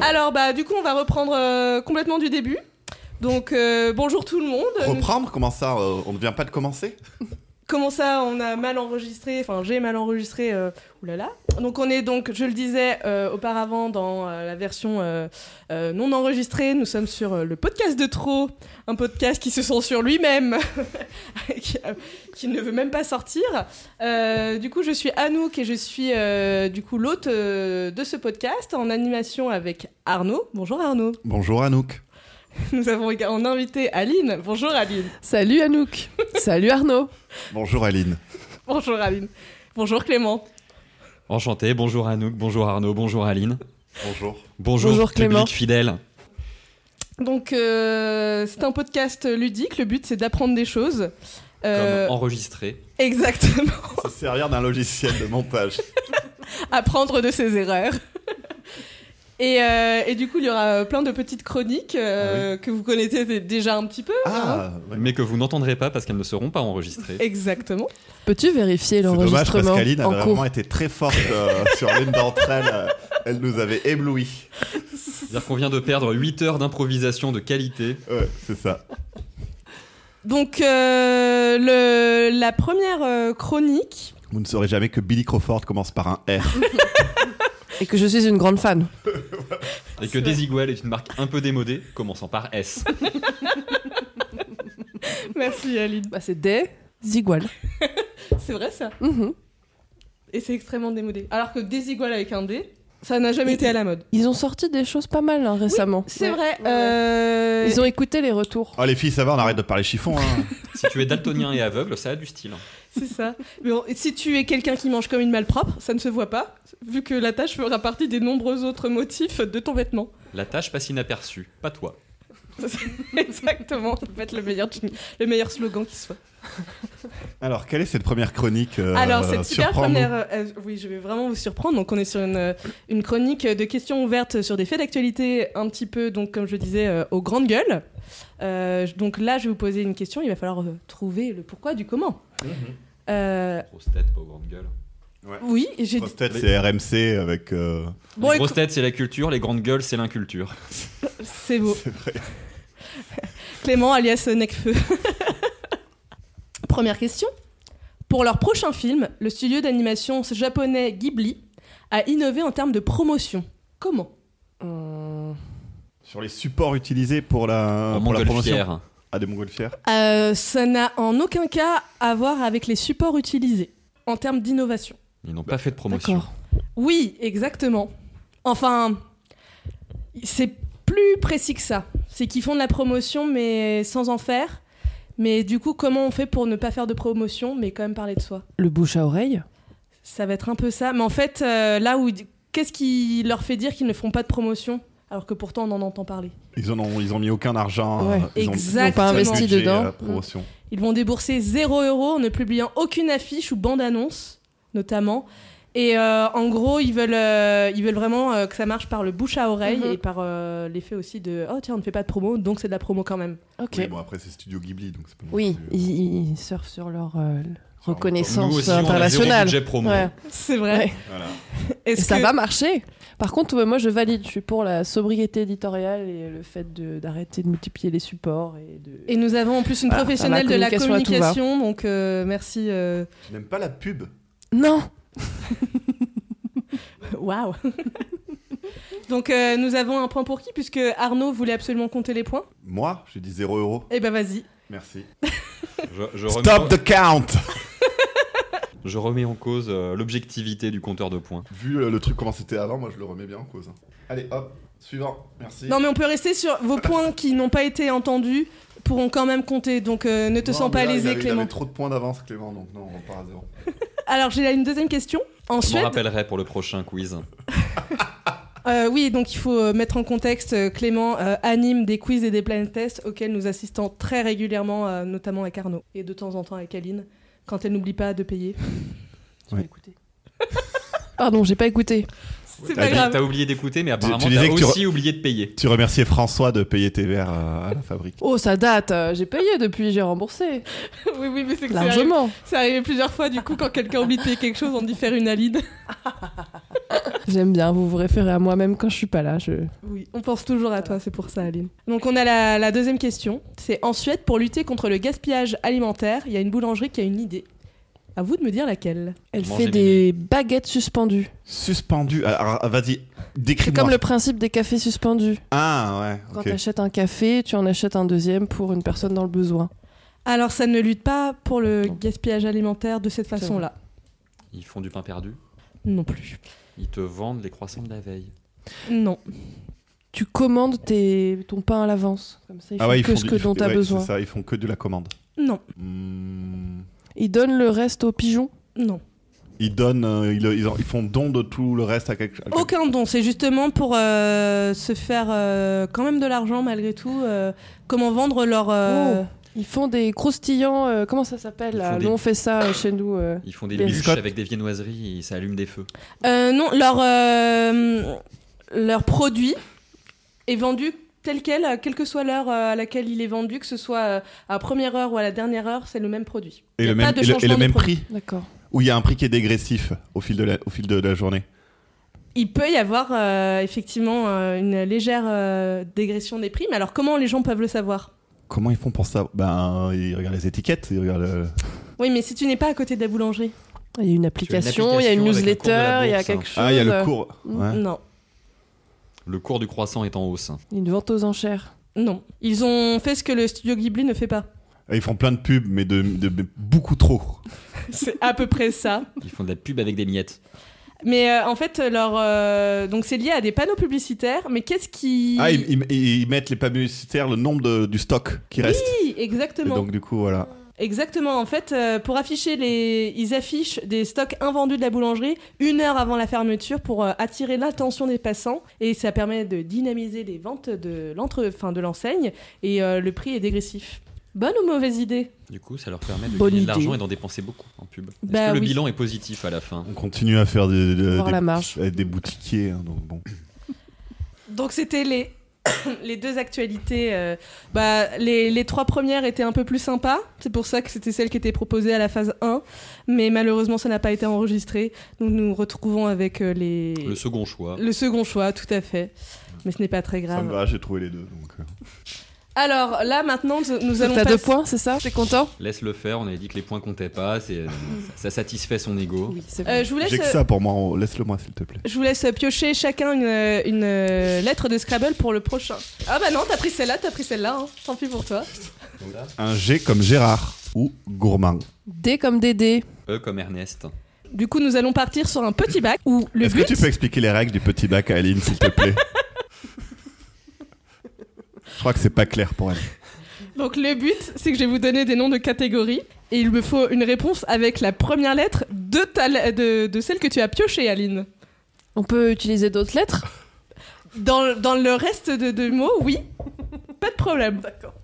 Alors, bah, du coup, on va reprendre euh, complètement du début. Donc, euh, bonjour tout le monde. Reprendre Comment ça euh, On ne vient pas de commencer Comment ça, on a mal enregistré, enfin j'ai mal enregistré, euh, oulala. Donc on est donc, je le disais euh, auparavant dans euh, la version euh, euh, non enregistrée, nous sommes sur euh, le podcast de trop, un podcast qui se censure lui-même, qui, euh, qui ne veut même pas sortir. Euh, du coup je suis Anouk et je suis euh, du coup l'hôte euh, de ce podcast en animation avec Arnaud. Bonjour Arnaud. Bonjour Anouk. Nous avons éga- en invité Aline. Bonjour Aline. Salut Anouk. Salut Arnaud. Bonjour Aline. Bonjour Aline. Bonjour Clément. Enchanté, bonjour Anouk, bonjour Arnaud, bonjour Aline. Bonjour. Bonjour, Bonjour public Clément. fidèle. Donc, euh, c'est un podcast ludique. Le but, c'est d'apprendre des choses. Euh, Comme enregistré. Exactement. Se servir d'un logiciel de montage. apprendre de ses erreurs. Et, euh, et du coup, il y aura plein de petites chroniques euh, que vous connaissez d- déjà un petit peu. hein. Ah, ouais. Mais que vous n'entendrez pas parce qu'elles ne seront pas enregistrées. Exactement. Peux-tu vérifier c'est dommage parce l'enregistrement qu'Aline en avait cours vraiment été très forte euh, sur l'une d'entre elles. euh, Elle nous avait éblouis. C'est-à-dire qu'on vient de perdre 8 heures d'improvisation de qualité. Ouais, c'est ça. Donc, euh, le, la première euh, chronique. Vous ne saurez jamais que Billy Crawford commence par un R. Et que je suis une grande fan. Et que Desigual est une marque un peu démodée, commençant par S. Merci, Aline. Bah, c'est des iguales. C'est vrai, ça. Mhm. Et c'est extrêmement démodé. Alors que désigual avec un D, ça n'a jamais été à la mode. Ils ont sorti des choses pas mal hein, récemment. C'est Ouais. vrai. Ouais. euh, Ils ont écouté les retours. Oh les filles, ça va, on arrête de parler chiffon. hein. Si tu es daltonien et aveugle, ça a du style. C'est ça. Mais bon, et si tu es quelqu'un qui mange comme une malpropre, ça ne se voit pas, vu que la tâche fera partie des nombreux autres motifs de ton vêtement. La tâche passe inaperçue, pas toi. Exactement, ça peut être le meilleur, jing- le meilleur slogan qui soit. Alors, quelle est cette première chronique euh, Alors, cette super surprends-nous. première. euh, euh, oui, je vais vraiment vous surprendre. Donc, on est sur une, euh, une chronique de questions ouvertes sur des faits d'actualité, un petit peu, donc, comme je disais, euh, aux grandes gueules. Euh, je- donc là, je vais vous poser une question, il va falloir euh, trouver le pourquoi du comment. Euh, Grosse tête, pas aux grandes gueules. oui, j'ai Grosse tête, c'est RMC avec. euh, Bon, les grosses têtes, c'est la culture, les grandes gueules, c'est l'inculture. C'est beau. Clément alias Necfeu. Première question. Pour leur prochain film, le studio d'animation japonais Ghibli a innové en termes de promotion. Comment Hum, Sur les supports utilisés pour la, en Euh, pour la promotion. montgolfière. Ah, des montgolfières. Euh, Ça n'a en aucun cas à voir avec les supports utilisés en termes d'innovation. Ils n'ont pas fait de promotion. D'accord. Oui, exactement. Enfin, c'est plus précis que ça. C'est qu'ils font de la promotion, mais sans en faire. Mais du coup, comment on fait pour ne pas faire de promotion, mais quand même parler de soi Le bouche à oreille. Ça va être un peu ça. Mais en fait, euh, là où. Qu'est-ce qui leur fait dire qu'ils ne font pas de promotion alors que pourtant on en entend parler Ils en ont, ils ont mis aucun argent. Ouais, euh, ils ont- exactement. ils ont investi budget, dedans. Mm. euh, promotion. Ils vont débourser 0 euros en ne publiant aucune affiche ou bande-annonce, notamment. Et euh, en gros, ils veulent, euh, ils veulent vraiment euh, que ça marche par le bouche à oreille Mhm. et par euh, l'effet aussi de oh tiens, on ne fait pas de promo, donc c'est de la promo quand même. Ok. Oui, bon, après, c'est Studio Ghibli, donc c'est pas non Oui, plus- euh, ils, ils surfent sur leur euh, Sur reconnaissance Nous aussi, on a zéro internationale. budget promo. Ouais. C'est vrai. Ouais. Voilà. Et ça va marcher. Par contre, ouais, moi, je valide. Je suis pour la sobriété éditoriale et le fait de- d'arrêter de, multiplier les supports et de. Et nous avons en plus une Voilà, professionnelle de la communication à tout va. communication, donc euh, merci. euh, Je n'aime pas la pub. Non. Waouh Donc euh, nous avons un point pour qui puisque Arnaud voulait absolument compter les points. Moi, j'ai dit 0 euros. Eh ben vas-y. Merci. Je, je remets- Stop the count Je remets en cause euh, l'objectivité du compteur de points. Vu euh, le truc comment c'était avant, moi, je le remets bien en cause. hein. Allez, hop, suivant. Merci. Non mais on peut rester sur vos points qui n'ont pas été entendus pourront quand même compter donc euh, ne te Non, sens mais pas là, il lésé avait- Il Clément. avait trop de points d'avance, Clément, donc non, on repart à zéro. Alors j'ai là une deuxième question. En Je m'en Suède, rappellerai pour le prochain quiz. euh, oui donc il faut euh, mettre en contexte euh, Clément euh, anime des quiz et des planètes tests auxquels nous assistons très régulièrement euh, notamment avec Arnaud et de temps en temps avec Aline quand elle n'oublie pas de payer. Pardon, j'ai pas écouté. C'est T'as pas dit- grave. t'as oublié d'écouter, mais apparemment, disais t'as que tu re- aussi oublié de payer. Tu remerciais François de payer tes verres euh, à la fabrique. Oh, ça date, euh, j'ai payé depuis, j'ai remboursé. oui, oui, mais c'est que c'est arrivé, Largement. c'est arrivé plusieurs fois. Du coup, quand quelqu'un oublie de payer quelque chose, on dit faire une alide. J'aime bien, vous vous référez à moi-même quand je suis pas là. Je... Oui, on pense toujours à toi, c'est pour ça, Aline. Donc, on a la, la deuxième question. C'est en Suède, pour lutter contre le gaspillage alimentaire, il y a une boulangerie qui a une idée. À vous de me dire laquelle. Elle Manger fait des baguettes suspendues. Suspendu. Alors, vas-y, C'est décris-moi. comme le principe des cafés suspendus. Ah, ouais. Quand ok. t'achètes un café, tu en achètes un deuxième pour une personne dans le besoin. Alors, ça ne lutte pas pour le Non. gaspillage alimentaire de cette vrai. façon-là. Ils font du pain perdu. Non plus. Ils te vendent les croissants de la veille. Non. Tu commandes tes... ton pain à l'avance. Comme ça, ils Ah font ouais, ils que font ce du- que ils font- dont t'as ouais, besoin. C'est ça, ils font que de la commande. Non. Hmm. Ils donnent le reste aux pigeons. Non. Ils donnent, euh, ils, ils en- ils font don de tout le reste à quelque chose. Aucun don, c'est justement pour euh, se faire euh, quand même de l'argent malgré tout. euh, comment vendre leur... Oh. euh, Ils font des croustillants. euh, comment ça s'appelle Ils là font des- Nous, on fait ça euh, chez nous. euh. Ils font des Des bûches biscottes. avec des viennoiseries et ça allume des feux. euh, non, leur, euh, leur produit est vendu tel quel, euh, quelle que soit l'heure euh, à laquelle il est vendu, que ce soit euh, à la première heure ou à la dernière heure, c'est le même produit. Et y a le pas même, de et le- et changement le de même produit. prix. D'accord. Ou il y a un prix qui est dégressif au fil de la, au fil de la journée. Il peut y avoir euh, effectivement euh, une légère euh, dégression des prix, mais alors comment les gens peuvent le savoir Comment ils font pour ça Ben, ils regardent les étiquettes, ils regardent. euh, Oui, mais si tu n'es pas à côté de la boulangerie, Il y a une application, il y a une application avec le cours de newsletter, la il y a bourse, quelque hein. chose. Ah, il y a euh, le cours. Ouais. non. Le cours du croissant est en hausse. Une vente aux enchères. Non. Ils ont fait ce que le studio Ghibli ne fait pas. Et Ils font plein de pubs, mais de, de- mais beaucoup trop. C'est à peu près ça. Ils font de la pub avec des miettes. Mais euh, en fait, leur, euh, donc c'est lié à des panneaux publicitaires. Mais qu'est-ce qui. Ah, ils, ils- ils mettent les panneaux publicitaires, le nombre de- du stock qui reste. Oui, Et exactement. donc, du coup, voilà. Exactement. En fait, euh, pour afficher les. Ils affichent des stocks invendus de la boulangerie une heure avant la fermeture pour euh, attirer l'attention des passants. Et ça permet de dynamiser les ventes de l'entre... enfin, de l'enseigne. Et euh, le prix est dégressif. Bonne ou mauvaise idée Du coup, ça leur permet de Bonne gagner de idée. l'argent et d'en dépenser beaucoup en pub. Est-ce Bah que le oui. bilan est positif à la fin On continue à faire des, des- Voir des- la marge. avec des boutiquiers. hein, donc bon. Donc c'était les, les deux actualités. euh, bah, les, les trois premières étaient un peu plus sympas. C'est pour ça que c'était celle qui était proposée à la phase 1. Mais malheureusement, ça n'a pas été enregistré. Donc nous nous retrouvons avec euh, les... Le second choix. le second choix, tout à fait. Mais ce n'est pas très Ça me grave. va, j'ai trouvé les deux. donc, euh. Alors là, maintenant, nous- nous allons... T'as deux passer- points, c'est ça T'es content Laisse le faire, on avait dit que les points comptaient pas, c'est- ça- ça satisfait son Oh. ego. Oui, c'est Euh, je vous laisse... J'ai que ça pour moi. on- Laisse-le-moi, s'il te plaît. Je vous laisse piocher chacun une, une, euh, lettre de Scrabble pour le prochain. Ah bah non, t'as pris celle-là, t'as pris celle-là, hein. tant pis pour toi. Un G comme Gérard ou gourmand. D comme Dédé. E comme Ernest. Du coup, nous allons partir sur un petit bac où le Est-ce que but... tu peux expliquer les règles du petit bac à Aline, s'il te plaît Je crois que c'est pas clair pour elle. Donc le but, c'est que je vais vous donner des noms de catégories et il me faut une réponse avec la première lettre de, ta le- de, de celle que tu as piochée, Aline. On peut utiliser d'autres lettres Dans, dans le reste de, de mots, oui. Pas de problème. D'accord.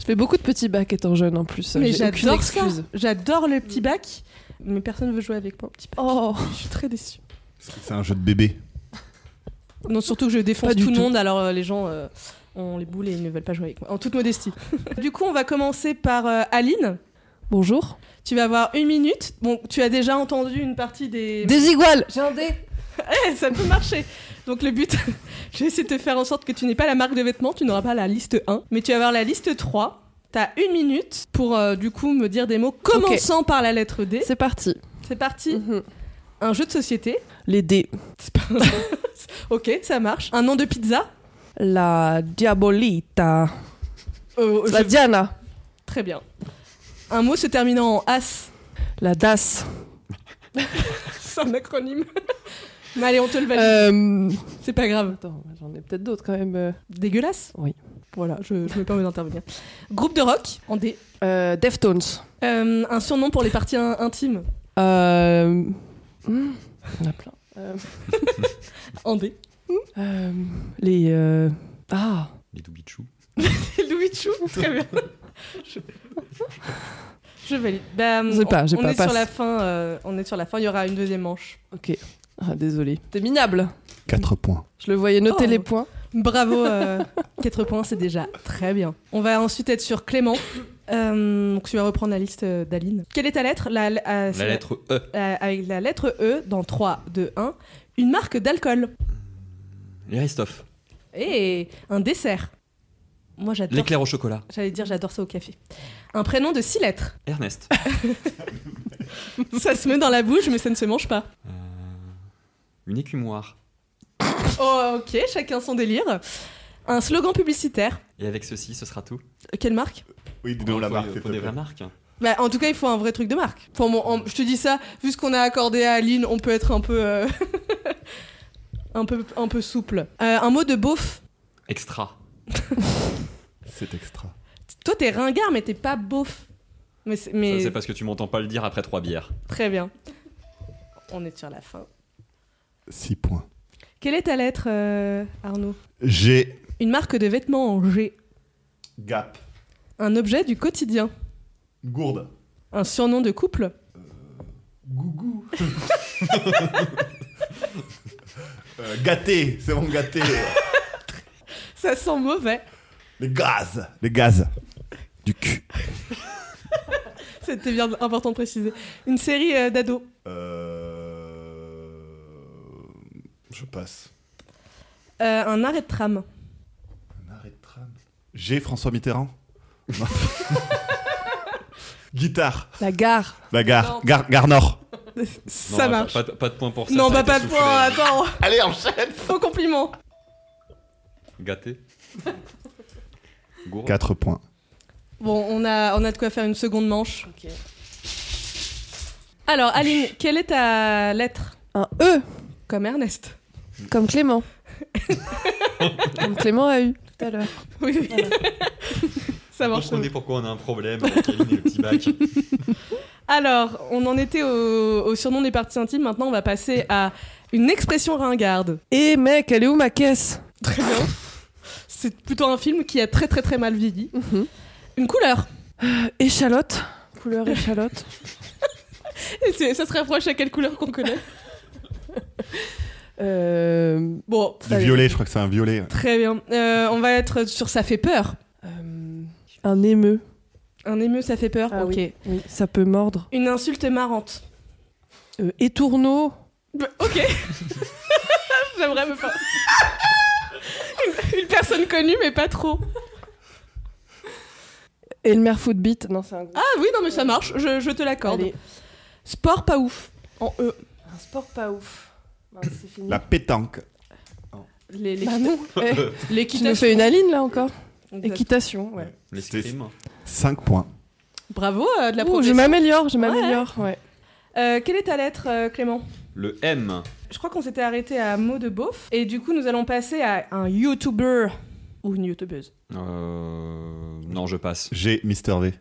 Je fais beaucoup de petits bacs étant jeune en plus. Mais j'ai aucune j'adore ça. excuse. J'adore le petit bac. Mais personne veut jouer avec moi au petit bac. Oh, Je suis très déçue. C'est un jeu de bébé. Non, surtout que je défonce Pas du tout le tout. monde, alors euh, les gens euh, ont les boules et ils ne veulent pas jouer avec moi. En toute modestie. du coup, on va commencer par euh, Aline. bonjour. Tu vas avoir une minute. Bon, tu as déjà entendu une partie des... Désigual J'ai un D. Eh, ça peut marcher. Donc le but, je vais essayer de te faire en sorte que tu n'aies pas la marque de vêtements, tu n'auras pas la liste 1, mais tu vas avoir la liste 3. T'as une minute pour euh, du coup me dire des mots commençant par la lettre D. C'est parti. C'est parti. Mhm. Un jeu de société. Les dés. C'est pas- ok, ça marche. Un nom de pizza. La Diabolita. Euh, La je- Diana. Très bien. Un mot se terminant en as. La Das. C'est un acronyme. mais allez, on te le valide. Euh, C'est pas grave. Attends, j'en ai peut-être d'autres quand même. euh. Dégueulasse. Oui. Voilà, je, je me permets d'intervenir. Groupe de rock en D. Euh, Deftones. Euh, un surnom pour les parties in- intimes Euh... hmm, Il y en a plein. en D. Euh, Les... euh, Ah Les doubichous. Louis Chou, très bien. Je, je valide. Bah, Je sais pas, on- j'ai on pas, est passe. sur la fin. euh, on est sur la fin. Il y aura une deuxième manche. Ok. Ah, désolé. T'es minable. 4 points. Je le voyais noter Oh. les points. Bravo, 4 points, c'est déjà très bien. On va ensuite être sur Clément. Euh, donc tu vas reprendre la liste euh, d'Aline. Quelle est ta lettre la, la- euh, c'est La la- lettre E. la- Avec la lettre E dans 3, 2, 1. Une marque d'alcool. Les Ristoff. Et un dessert. Moi j'adore. L'éclair au chocolat. J'allais dire j'adore ça au café. Un prénom de 6 lettres. Ernest. ça se met dans la bouche mais ça ne se mange pas. Une écumoire. Oh, ok, chacun son délire. Un slogan publicitaire. Et avec ceci, ce sera tout. Quelle marque Oui, dis-nous la Faut- marque. s'il Faut te des plaît. vraies marques. bah, en tout cas, il faut un vrai truc de marque. Enfin, bon, en- je te dis ça, vu ce qu'on a accordé à Aline, on peut être un peu, euh, un peu, un peu souple. Euh, un mot de beauf. Extra. C'est extra. Toi, t'es ringard, mais t'es pas beauf. Mais, c'est- mais Ça, c'est parce que tu m'entends pas le dire après trois bières. très bien. On est sur la fin. 6 points. Quelle est ta lettre, euh, Arnaud G. Une marque de vêtements en G. Gap. Un objet du quotidien. Gourde. Un surnom de couple. Gougou. Euh, gâté. C'est bon, gâté. Ça sent mauvais. Les gaz. Les gaz. Du cul. C'était bien important de préciser. Une série euh, d'ados. Euh... Je passe. Euh, un arrêt de tram. Un arrêt de tram. G. François Mitterrand. Non. Guitare. La gare. La Non. gare. Gare, gare Nord. Non, ça bah, marche. Pas, de- pas de point pour ça. non, ça bah a été pas de soufflé. point, attends, Allez, enchaîne. faux compliment. Gâté. Gourde. 4 points. Bon, on a, on a de quoi faire une seconde manche. Alors, Aline, quelle est ta lettre Un E Comme Ernest. comme Clément. comme Clément a eu tout à l'heure. Oui, oui. ça Vous marche. ça comprenez pourquoi on a un problème avec Kevin et le petit bac. Alors, on en était au, au surnom des parties intimes. Maintenant, on va passer à une expression ringarde. Et mec, elle est où ma caisse Très bien. C'est plutôt un film qui a très très très mal vieilli. Une couleur. Échalote. Couleur échalote. Et c'est- ça se rapproche à quelle couleur qu'on connaît Euh, Bon, Du très bien. violet, je crois que c'est un violet. Très bien. Euh, on va être sur ça fait peur. euh, un émeu. Un émeu, ça fait peur. Ah ok. Oui, ça peut mordre. Une insulte marrante. Euh, étourneau. Bah, ok. J'aimerais me faire. une, une personne connue, mais pas trop. Elmer Footbeat. Non, c'est un groupe. Ah oui, non, mais ça marche. Je, je te l'accorde. Allez. Sport pas ouf. En E. Un sport pas ouf. Mince, c'est fini. La pétanque. Les, les, Bah non. Eh, tu nous l'équitation. fais une Aline là encore Exact. Équitation, ouais. L'escrime. 5 points. Bravo euh, de la Ouh, je progression. m'améliore, je m'améliore. Ouais. Euh, Quelle est ta lettre, euh, Clément Le M. Je crois qu'on s'était arrêté à mot de beauf. Et du coup, nous allons passer à un YouTuber. Ou une YouTubeuse. Euh, Non, je passe. G. Mister V.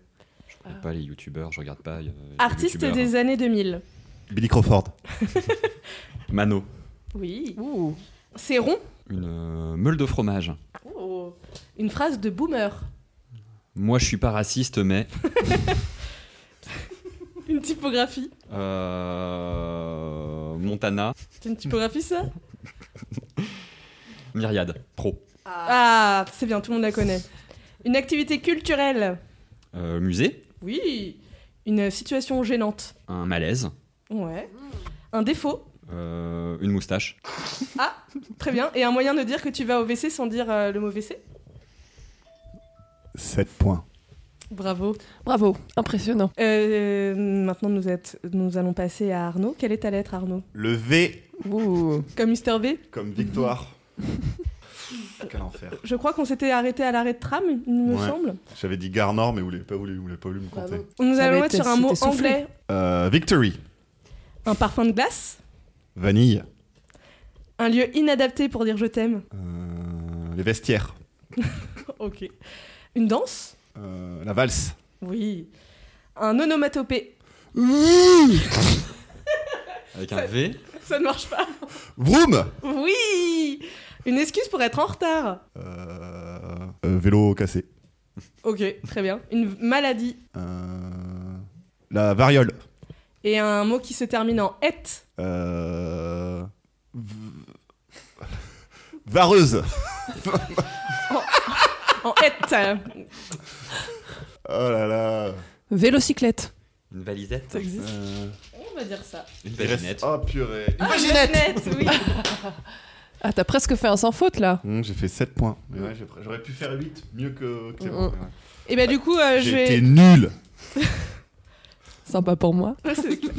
Je regarde pas les youtubeurs, je regarde pas. euh, les Artiste youtubeurs. des années 2000. Billy Crawford. Mano. Oui. Ouh. C'est rond. Une euh, meule de fromage. Oh. Une phrase de boomer. Moi, je suis pas raciste, mais. Une typographie. euh, Montana. C'est une typographie ça Myriade. Pro. Ah, c'est bien, tout le monde la connaît. Une activité culturelle. Euh, musée. Oui. Une situation gênante. Un malaise. Ouais. Un défaut. Euh, une moustache. Très bien. Et un moyen de dire que tu vas au WC sans dire euh, le mot WC. 7 points. Bravo. Bravo, impressionnant. Euh, maintenant, nous, êtes- nous allons passer à Arnaud. Quelle est ta lettre, Arnaud Le V Ouh. Comme Mister V, comme victoire. Quel enfer. je crois qu'on s'était arrêté à l'arrêt de tram, il me Ouais. semble. J'avais dit Garnor, mais vous l'avez pas voulu, vous l'avez pas voulu me compter. Nous Ça allons avait être été- sur un mot c'était soufflé. anglais. Euh, victory. Un parfum de glace. Vanille. Un lieu inadapté pour dire je t'aime. Euh, les vestiaires. Ok. Une danse Euh, la valse. Oui. Un onomatopée. Avec un V. Ça ne marche pas. Vroom. Oui Une excuse pour être en retard. Euh, euh, vélo cassé. Ok, très bien. Une maladie. Euh, la variole. Et un mot qui se termine en et. Euh, v- Vareuse. En hête. euh, Oh là là. Vélocyclette. Une valisette Ça existe Euh, On va dire ça. Une il reste- vaginette Oh purée. Une Vaginette, oui. Ah, t'as presque fait un sans faute là. Hum, j'ai fait 7 points. Mais ouais, j'ai- J'aurais pu faire 8 mieux que Clément. Mm, mais ouais. Et bah du coup, euh, je J'ai été vais... nul. Sympa pour moi. Ouais, c'est clair.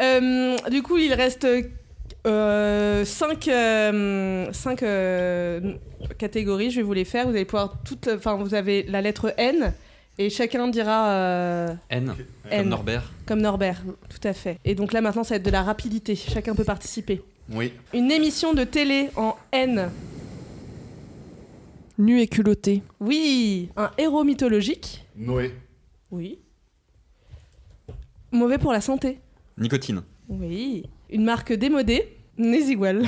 Euh, du coup, il reste euh, 5 euh, catégories. Je vais vous les faire. Vous allez pouvoir toutes. Enfin, vous avez la lettre N et chacun dira euh, N, N. comme Norbert. comme Norbert. Tout à fait. Et donc là, maintenant, ça va être de la rapidité. Chacun peut participer. Oui. Une émission de télé en N. Nu et culotté. Oui. Un héros mythologique. Noé. Oui. Mauvais pour la santé. Nicotine. Oui. Une marque démodée. Nesigual.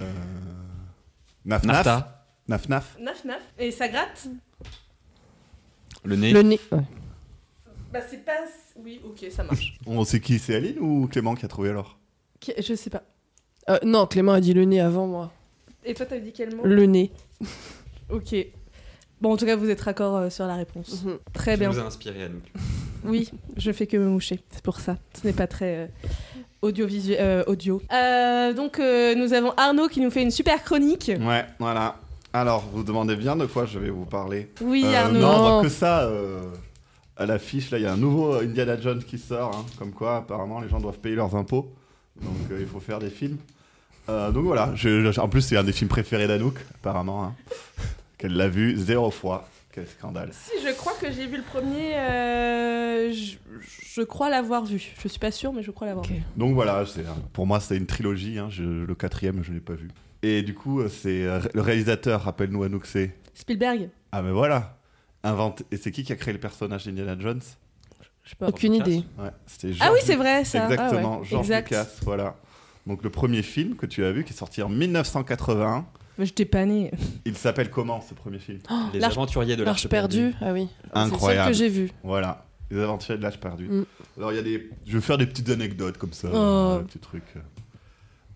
Ah. Naf naf. Naf Nafta. naf. 9-9. Et ça gratte Le nez. Le nez. Ouais. Bah c'est pas... Oui, ok, ça marche. On sait qui c'est Aline ou Clément qui a trouvé alors Je sais pas. Euh, non, Clément a dit le nez avant moi. Et toi, t'avais dit quel mot Le nez. Ok. Bon, en tout cas, vous êtes raccord euh, sur la réponse. Mhm. Très Tu bien. nous a inspiré à nous. Oui, je fais que me moucher. C'est pour ça. Ce n'est pas très euh, audiovisuel, euh, audio. Euh, donc, euh, nous avons Arnaud qui nous fait une super chronique. Ouais, voilà. Alors, vous demandez bien de quoi je vais vous parler. Oui, Euh, Arnaud. Non, on voit Non. que ça euh, à l'affiche. Là, il y a un nouveau euh, Indiana Jones qui sort. hein, comme quoi, apparemment, les gens doivent payer leurs impôts. Donc, euh, il faut faire des films. Euh, donc voilà. Je- je- en plus, c'est un des films préférés d'Anouk, apparemment. hein. Qu'elle l'a vu zéro fois. Quel scandale. Si, je crois que j'ai vu le premier. euh, je, je crois l'avoir vu. Je suis pas sûre, mais je crois l'avoir Ok. vu. Donc voilà, c'est- pour moi, c'est une trilogie. hein, je- le quatrième, je ne l'ai pas vu. Et du coup, euh, c'est euh, le réalisateur, rappelle-nous Anouk, c'est. Spielberg Ah, mais voilà. Invente... Et c'est qui qui a créé le personnage d'Indiana Jones Je sais pas. Aucune Lucas. idée. Ouais, c'était Ah George oui, c'est vrai, ça. Exactement, Ah ouais. George Exact. Lucas, voilà. Donc le premier film que tu as vu, qui est sorti en 1981, Mais j'étais pas née. il s'appelle comment ce premier film Les L'Arche- aventuriers de L'arche perdue. Ah oui. Incroyable. C'est le seul que j'ai vu. Voilà, Les Aventuriers de l'âge perdu. Mm. Alors il y a des, je vais faire des petites anecdotes comme ça, Oh. euh, des petits trucs.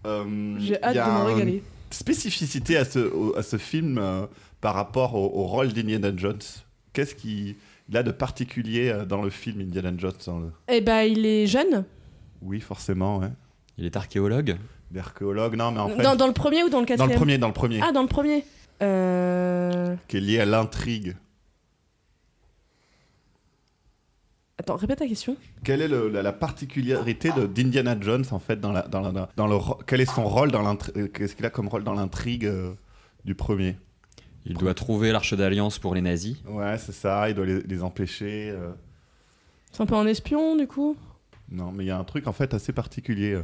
Euh, J'ai il hâte y de a m'en un- régaler. spécificité à ce, au- à ce film euh, par rapport au, au rôle d'Indiana Jones Qu'est-ce qu'il il a de particulier euh, dans le film Indiana Jones dans le- Eh ben, il est jeune. Oui, forcément, ouais. Il est archéologue. L'archéologue, non, mais en fait, dans, dans le premier ou dans le dans quatrième le premier, dans le premier, Ah, dans le premier. Euh... qui est lié à l'intrigue. Attends, répète ta question. Quelle est le- la, la particularité de- d'Indiana Jones en fait dans la, dans la- dans le ro- quel est son rôle dans l'intrigue euh, qu'est-ce qu'il a comme rôle dans l'intrigue euh, du premier Il doit trouver l'arche d'alliance pour les nazis. ouais c'est ça il doit les, les empêcher euh. C'est un peu un espion, du coup non mais il y a un truc en fait assez particulier euh,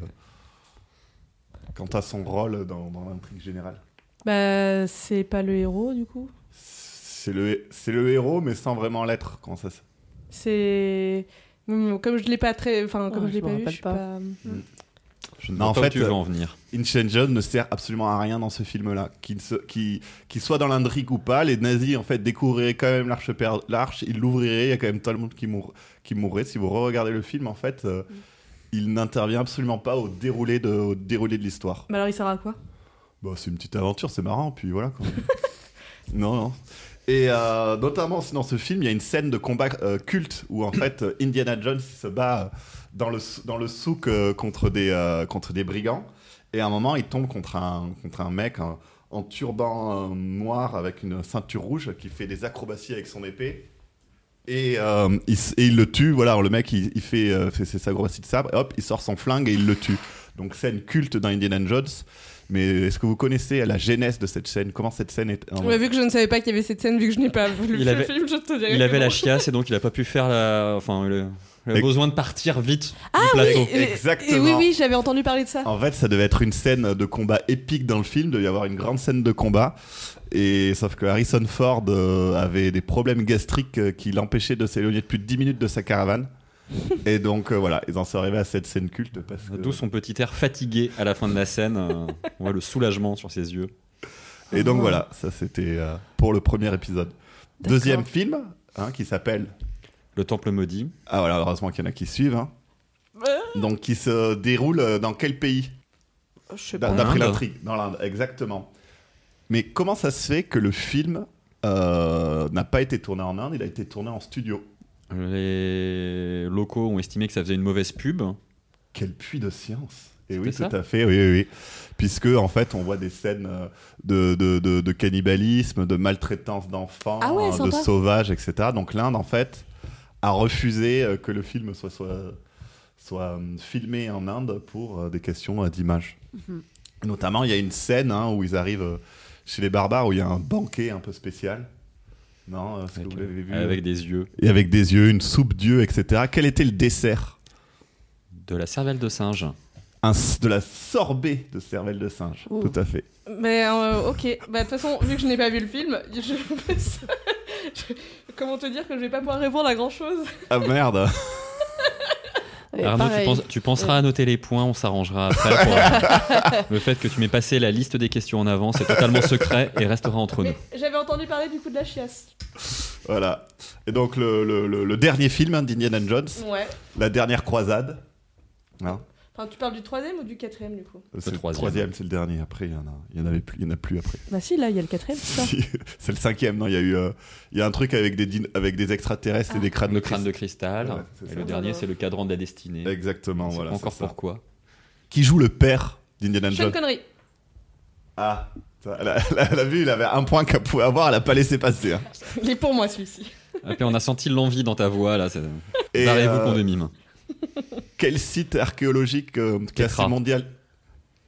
quant à son rôle dans, dans l'intrigue générale Bah, c'est pas le héros, du coup. c'est le c'est le héros mais sans vraiment l'être comment ça se- C'est... Mm, Comme je l'ai pas très... Enfin, comme Ouais, je l'ai je me pas vu, rappelle je suis pas. pas... hum. Mm. Je ne Non, vois en pas fait, où tu veux euh, en venir. Indiana Jones ne sert absolument à rien dans ce film-là. Qu'il se- qu'il- qu'il soit dans l'intrigue ou pas, les nazis, en fait, découvriraient quand même l'arche, per- l'arche ils l'ouvriraient, il y a quand même tout le monde qui, mour- qui mourrait. Si vous regardez le film, en fait, euh, il n'intervient absolument pas au déroulé de, au déroulé de l'histoire. Bah alors, il sert à quoi Bah, c'est une petite aventure, c'est marrant, puis voilà. quoi. non, non. Et euh, notamment aussi dans ce film, il y a une scène de combat euh, culte où en fait euh, Indiana Jones se bat euh, dans le, sou- dans le souk euh, contre, des, euh, contre des brigands. Et à un moment, il tombe contre un, contre un mec hein, en turban euh, noir avec une ceinture rouge qui fait des acrobaties avec son épée. Et, euh, il, s- et il le tue. Voilà, alors le mec, il, il fait, euh, fait ses acrobaties de sabre. Et hop, il sort son flingue et il le tue. Donc scène culte dans Indiana Jones. Mais est-ce que vous connaissez la genèse de cette scène Comment cette scène est... en- Ouais, Vu que je ne savais pas qu'il y avait cette scène, vu que je n'ai pas vu Il le avait- film, je te dirais Il que avait non. la chiasse et donc il a pas pu faire la. Enfin, il a, il a Et- besoin de partir vite Ah du plateau. Et- et- Exactement. oui, oui, j'avais entendu parler de ça. En fait, ça devait être une scène de combat épique dans le film, devait y avoir une grande scène de combat. Et sauf que Harrison Ford euh, avait des problèmes gastriques euh, qui l'empêchaient de s'éloigner de plus de 10 minutes de sa caravane. Et donc euh, voilà, ils en sont arrivés à cette scène culte parce que... D'où son petit air fatigué à la fin de la scène. euh, on voit le soulagement sur ses yeux. Et donc voilà, ça c'était euh, pour le premier épisode. D'accord. Deuxième film, hein, qui s'appelle... Le temple maudit. Ah voilà, heureusement qu'il y en a qui suivent. hein. Euh, donc qui se déroule euh, dans quel pays Oh, Je sais D'a- pas. D'après L'Inde. l'intrigue, dans l'Inde, exactement. Mais comment ça se fait que le film euh, n'a pas été tourné en Inde, il a été tourné en studio Les locaux ont estimé que ça faisait une mauvaise pub. Quel puits de science et C'était oui, ça tout à fait, oui, oui, oui. Puisque, en fait, on voit des scènes euh, de, de, de- de cannibalisme, de maltraitance d'enfants, Ah ouais, hein, de sympa. sauvages, etc. Donc l'Inde, en fait, a refusé euh, que le film soit, soit, soit euh, filmé en Inde pour euh, des questions euh, d'image. Mhm. Mm-hmm. Notamment, il y a une scène hein, où ils arrivent euh, chez les barbares, où il y a un banquet un peu spécial. Non, euh, est-ce que Avec, vous l'avez vu euh, avec des yeux. Et avec des yeux, une soupe d'yeux, etc. Quel était le dessert De la cervelle de singe. un s- de la sorbet de cervelle de singe. Oh. Tout à fait. Mais euh, ok, bah de toute façon, vu que je n'ai pas vu le film, je... je- comment te dire que je vais pas pouvoir répondre à grand chose Ah merde Ah. Et Arnaud, tu, pareil. penses- tu penseras à noter les points, on s'arrangera après. pour, euh, le fait que tu m'aies passé la liste des questions en avant, c'est totalement secret et restera entre nous. Mais j'avais entendu parler du coup de la chiasse. Voilà. Et donc, le, le- le- le dernier film hein, d'Indiana Jones, Ouais. La dernière croisade. Hein, Enfin, tu parles du troisième ou du quatrième du coup c'est le troisième. troisième, c'est le dernier. Après, il y en a, il y en avait plus, il y en a plus après. Bah si, là, il y a le quatrième, c'est ça. Si, c'est le cinquième. Non, il y a eu, euh, il y a un truc avec des din- avec des extraterrestres et des crânes. Le crâne de cristal. Ouais, c'est et ça. le dernier, c'est le cadran de la destinée. Exactement. On sait Voilà. pas c'est encore ça. pourquoi. Qui joue le père d'Indiana Sean Jones Connery. Ah, ça, elle a, elle a- elle a vu, il avait un point qu'elle pouvait avoir, elle a pas laissé passer. hein. Il est pour moi celui-ci. Après, on a senti l'envie dans ta voix là. c'est- Et, Barrez-vous euh, qu'on mime. Quel site archéologique euh, classé Petra. mondial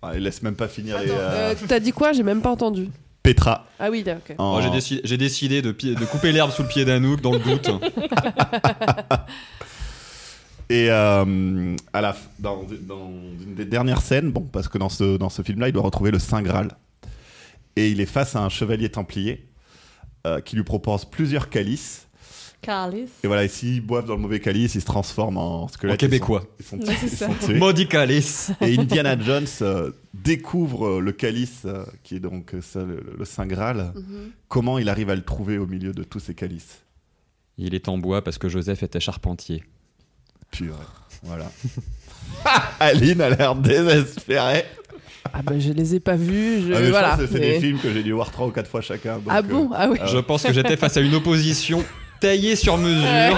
ah, Il laisse même pas finir les. Attends, euh, Euh, T'as dit quoi J'ai même pas entendu. Petra. Ah oui, là, ok. en- Oh, j'ai, déci- j'ai décidé de, pi- de couper l'herbe sous le pied d'Anouk dans le doute. Et euh, à la f- dans, dans une des dernières scènes, bon, parce que dans ce, dans ce film-là, il doit retrouver le Saint Graal. Et il est face à un chevalier templier euh, qui lui propose plusieurs calices. Carlis. Et voilà, et s'ils boivent dans le mauvais calice, ils se transforment en squelette. en québécois. Ils sont, ils sont- Ouais, c'est ils ça. sont tués. Maudit calice. Et Indiana Jones euh, découvre euh, le calice, euh, qui est donc euh, ça, le, le Saint Graal. Mhm. Comment il arrive à le trouver au milieu de tous ces calices Il est en bois parce que Joseph était charpentier. Pure. Voilà. Aline a l'air désespérée. Ah bah je les ai pas vus, je... Ah, mais je voilà. pense que c'est mais- des films que j'ai dû voir trois ou quatre fois chacun. donc, ah euh, bon Ah oui. Ah ouais. Je pense que j'étais face à une opposition taillée sur mesure. Euh.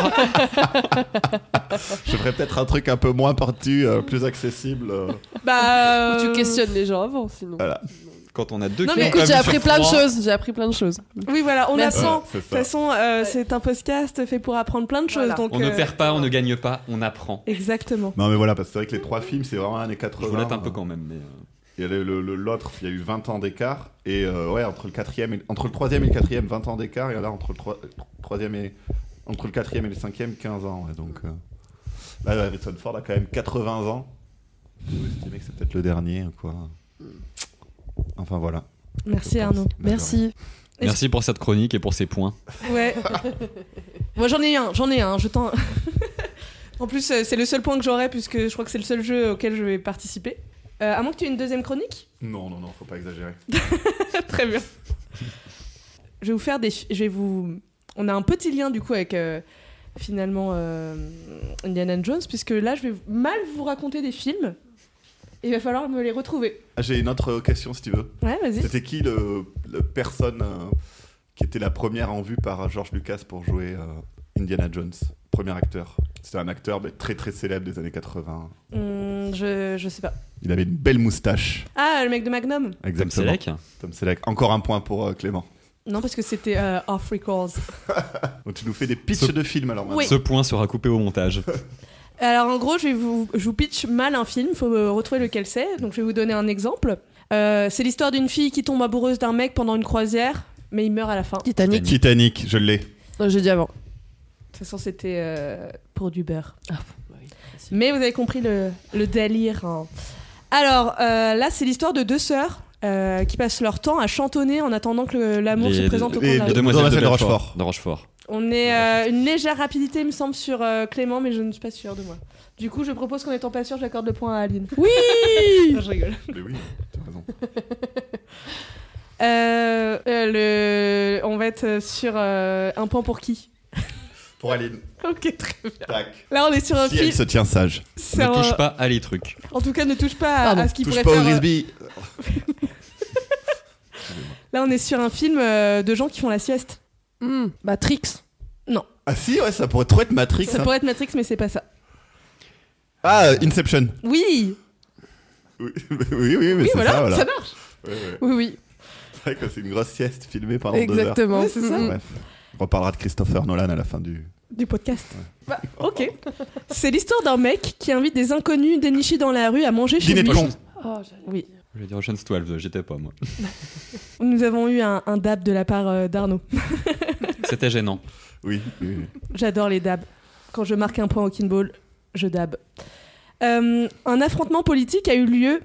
Je ferais peut-être un truc un peu moins parti, euh, plus accessible. euh. Bah. Ou tu euh, questionnes les gens avant, sinon. Voilà. Quand on a deux Non qui mais ont écoute, pas j'ai vu appris sur plein de trois, choses. J'ai appris plein de choses. Oui, voilà, on Merci. apprend. Ouais, c'est De toute ça. façon, euh, c'est un podcast fait pour apprendre plein de choses. Voilà. Donc, On ne euh, perd pas, on ne gagne pas, on apprend. Exactement. Non, mais voilà, parce que c'est vrai que les trois films, c'est vraiment années Je 80. vous l'aide un peu euh. quand même. Mais... euh, Il y a le- le- le- L'autre, il y a eu 20 ans d'écart. Et euh, ouais, entre le, quatrième et- entre le troisième et le quatrième, 20 ans d'écart. Et là, entre le, troi- troisième et... entre le quatrième et le cinquième, 15 ans. ouais, donc euh, là, Harrison Ford a quand même 80 ans. Vous estimez que c'est peut-être le dernier, quoi. Enfin voilà. Merci Je pense. Arnaud. Merci. Est-ce- Merci pour cette chronique et pour ces points. Ouais. Moi j'en ai un, j'en ai un, je t'en. en plus, euh, c'est le seul point que j'aurai puisque je crois que c'est le seul jeu auquel je vais participer. Euh, à moins que tu aies une deuxième chronique Non, non, non, faut pas exagérer. Très bien. Je vais vous faire des. ch- Je vais vous. On a un petit lien du coup avec euh, finalement euh, Indiana Jones puisque là je vais mal vous raconter des films et il va falloir me les retrouver. Ah, J'ai une autre question si tu veux. Ouais, vas-y. C'était qui le, le personne euh, qui était la première en vue par George Lucas pour jouer euh, Indiana Jones Premier acteur. C'était un acteur mais très très célèbre des années 80. Hum, je, je sais pas. Il avait une belle moustache. Ah, le mec de Magnum Comme Exactement. Selec. Tom Selleck. Encore un point pour euh, Clément. Non, parce que c'était euh, Off Records. Donc tu nous fais des pitchs Ce- de films alors. maintenant. Oui. Ce point sera coupé au montage. Alors en gros, je, vais vous, je vous pitch mal un film, faut euh, retrouver lequel c'est, donc je vais vous donner un exemple. Euh, c'est l'histoire d'une fille qui tombe amoureuse d'un mec pendant une croisière, mais il meurt à la fin. De Titanic. Titanic, je l'ai. Non, j'ai dit avant. toute façon, c'était euh, pour du beurre. bah oui, facile. Mais vous avez compris le, le délire. hein. Alors euh, là, c'est l'histoire de deux sœurs euh, qui passent leur temps à chantonner en attendant que le- l'amour Les- se présente au coin de les- Les la rue. deux- demoiselles de, Demoiselles de Rochefort. Rochefort. De Rochefort. On est euh, une légère rapidité, il me semble, sur euh, Clément, mais je ne suis pas sûre de moi. Du coup, je propose qu'en étant pas sûre, j'accorde le point à Aline. Oui Non, je rigole. Mais oui, t'as raison. Euh, euh, le... On va être sur euh, un point pour qui Pour Aline. Ok, très bien. Tac. Là, on est sur un Si film. elle se tient sage. c'est Ne un- touche pas à les trucs. En tout cas, ne touche pas à- Pardon. à ce qu'il Touche pourrait pas au faire. euh, frisbee. Là, on est sur un film euh, de gens qui font la sieste. Hmm, Matrix. Ah si, ouais, ça pourrait trop être Matrix. Ça hein. pourrait être Matrix, mais c'est pas ça. Ah, euh, Inception. Oui, Oui, oui, oui, mais oui, c'est voilà, ça, voilà. ça marche. Ouais, ouais. Oui, oui. C'est vrai que c'est une grosse sieste filmée pendant deux Exactement. Ouais, c'est ça. heures. Mm, mm. Bref, on reparlera de Christopher Nolan à la fin du... Du podcast. Bah, ok. C'est l'histoire d'un mec qui invite des inconnus dénichés dans la rue à manger chez Dîner de lui. con. Oh, j'allais Oui. dire. Je vais dire Ocean's 12, j'étais pas moi. Nous avons eu un, un dab de la part euh, d'Arnaud. C'était gênant. Oui, oui, oui. J'adore les dabs. Quand je marque un point au kinball, je dab. Euh, un affrontement politique a eu lieu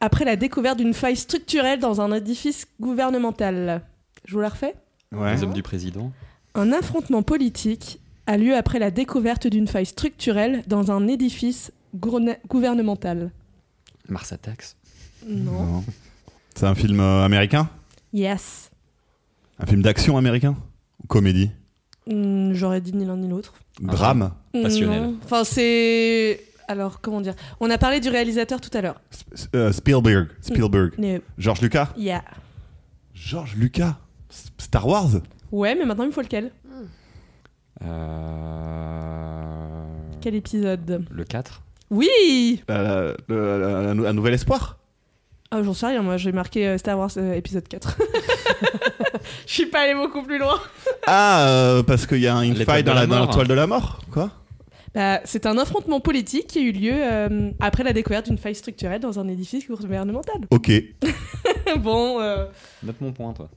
après la découverte d'une faille structurelle dans un édifice gouvernemental. Je vous la refais Ouais. Les hommes du président. Un affrontement politique a lieu après la découverte d'une faille structurelle dans un édifice gourna- gouvernemental. Mars Attacks. Non. Non. C'est un film euh, américain Yes. Un film d'action américain Ou comédie Hmm, J'aurais dit ni l'un ni l'autre. Ou Un Drame Passionnel. Non. Enfin, c'est. Alors, comment dire On a parlé du réalisateur tout à l'heure. S- euh, Spielberg. Hmm. Spielberg. Mais, George Lucas yeah. George Lucas S- Star Wars Ouais, mais maintenant, il me faut lequel Euh... Quel épisode Le 4 Oui La- la- le- la- la- Un nouvel espoir Ah, j'en sais rien, moi, j'ai marqué euh, Star Wars euh, épisode 4. Je suis pas allé beaucoup plus loin. Ah, euh, parce qu'il y a un- une L'étoile faille de dans la la, dans mort. la toile de la mort Quoi Bah, c'est un affrontement politique qui a eu lieu euh, après la découverte d'une faille structurelle dans un édifice gouvernemental. Ok. bon, euh, Note mon point, toi.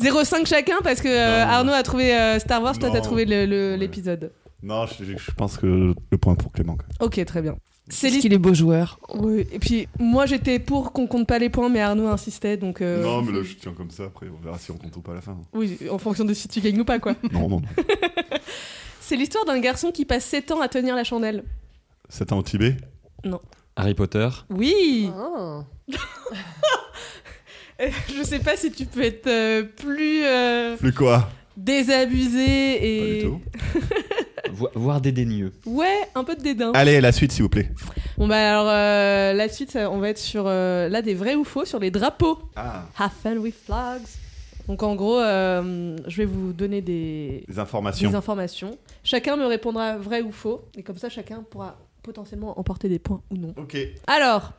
0,5 chacun parce que euh, Non. Arnaud a trouvé euh, Star Wars, toi Non. t'as trouvé le- le- Ouais. l'épisode. Non, je, je- je pense que le point pour Clément. quoi. Ok, très bien. C'est Qu'est-ce l'histoire. qu'il est beau joueur. Oui, et puis moi j'étais pour qu'on compte pas les points, mais Arnaud insistait donc. euh, mais là, je tiens comme ça. Après, on verra si on compte ou pas à la fin. Oui, en fonction de si tu gagnes ou pas quoi. Non, non. C'est l'histoire d'un garçon qui passe 7 ans à tenir la chandelle. C'est un au Tibet Harry Potter. Oui Ah. Je sais pas si tu peux être euh, plus euh, Plus quoi Pas désabusé du et. tout. Vo- voire dédaigneux. Ouais, un peu de dédain. Oh. Allez, la suite, s'il vous plaît. Bon bah alors euh, la suite, ça, on va être sur euh, là des vrais ou faux sur les drapeaux. Ah. Have fun with flags. Donc en gros, euh, je vais vous donner des, Les informations. des informations. Chacun me répondra vrai ou faux, et comme ça chacun pourra potentiellement emporter des points ou non. ok. Alors,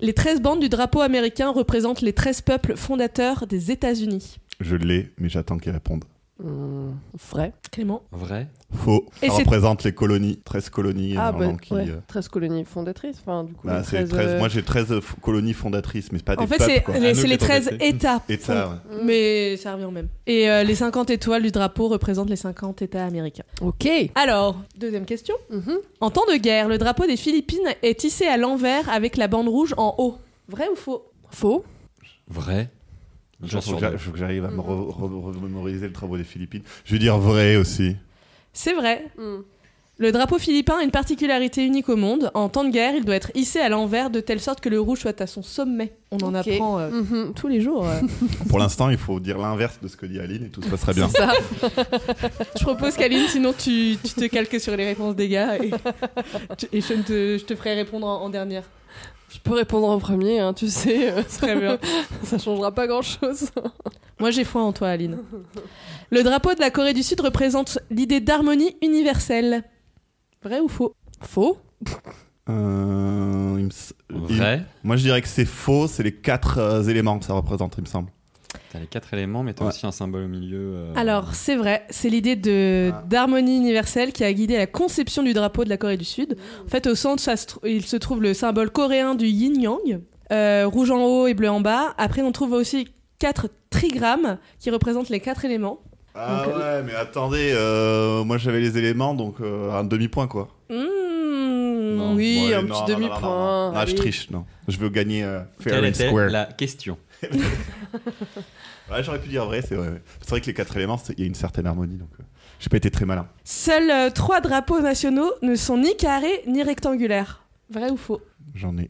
les 13 bandes du drapeau américain représentent les 13 peuples fondateurs des États-Unis. Je l'ai, mais j'attends qu'il réponde. Hmm, Vrai. Clément Vrai. Faux. Et ça c'est- représente les colonies. 13 colonies. Ah, en bah, Irlande qui, ouais. euh, 13 colonies fondatrices. Enfin, du coup, bah, les c'est 13, 13 euh, Moi, j'ai 13 f- colonies fondatrices, mais c'est pas En des fait, peuples, c'est quoi. les, Ah, c'est nous, les qui est 13 embêté. États. Et ça, ouais. hmm. Mais ça revient au même. Et euh, les 50 étoiles du drapeau représentent les 50 États américains. Ok. Alors, deuxième question. Mhm. En temps de guerre, le drapeau des Philippines est tissé à l'envers avec la bande rouge en haut. Vrai ou faux Faux. Vrai. J'en faut suis que j'a- faut que j'arrive à me re- re- remémoriser le travail des Philippines. Je vais dire vrai aussi. C'est vrai. Le drapeau philippin a une particularité unique au monde. En temps de guerre, il doit être hissé à l'envers de telle sorte que le rouge soit à son sommet. On en Ok. apprend euh, Mhm. tous les jours. euh. Pour l'instant, il faut dire l'inverse de ce que dit Aline et tout se passera bien. C'est ça. je propose qu'Aline, sinon tu, tu te calques sur les réponses des gars et, et je, te, je te ferai répondre en, en dernière. Je peux répondre en premier, hein, tu sais. euh, Très bien. ça changera pas grand-chose. Moi, j'ai foi en toi, Aline. Le drapeau de la Corée du Sud représente l'idée d'harmonie universelle. Vrai ou faux Faux. Euh, il me s- il- Vrai. Moi, je dirais que c'est faux. C'est les quatre euh, éléments que ça représente, il me semble. T'as les quatre éléments, mais t'as Ouais. aussi un symbole au milieu. euh, Alors, c'est vrai, c'est l'idée de Ah. d'harmonie universelle qui a guidé la conception du drapeau de la Corée du Sud. En fait, au centre, ça se trou- il se trouve le symbole coréen du yin-yang, euh, rouge en haut et bleu en bas. Après, on trouve aussi quatre trigrammes qui représentent les quatre éléments. Ah Donc, ouais, mais attendez, euh, moi j'avais les éléments, donc euh, un demi-point quoi. Mmh, Non, oui. oui, ouais, un non, petit non, non, non, demi-point, non. Ah, je allez. triche, non. Je veux gagner euh, fair Quelle and était square. la question Ouais, j'aurais pu dire vrai, c'est vrai. ouais. C'est vrai que les quatre éléments, c'est- il y a une certaine harmonie, donc euh, j'ai pas été très malin. Seuls euh, trois drapeaux nationaux ne sont ni carrés ni rectangulaires. Vrai ou faux J'en ai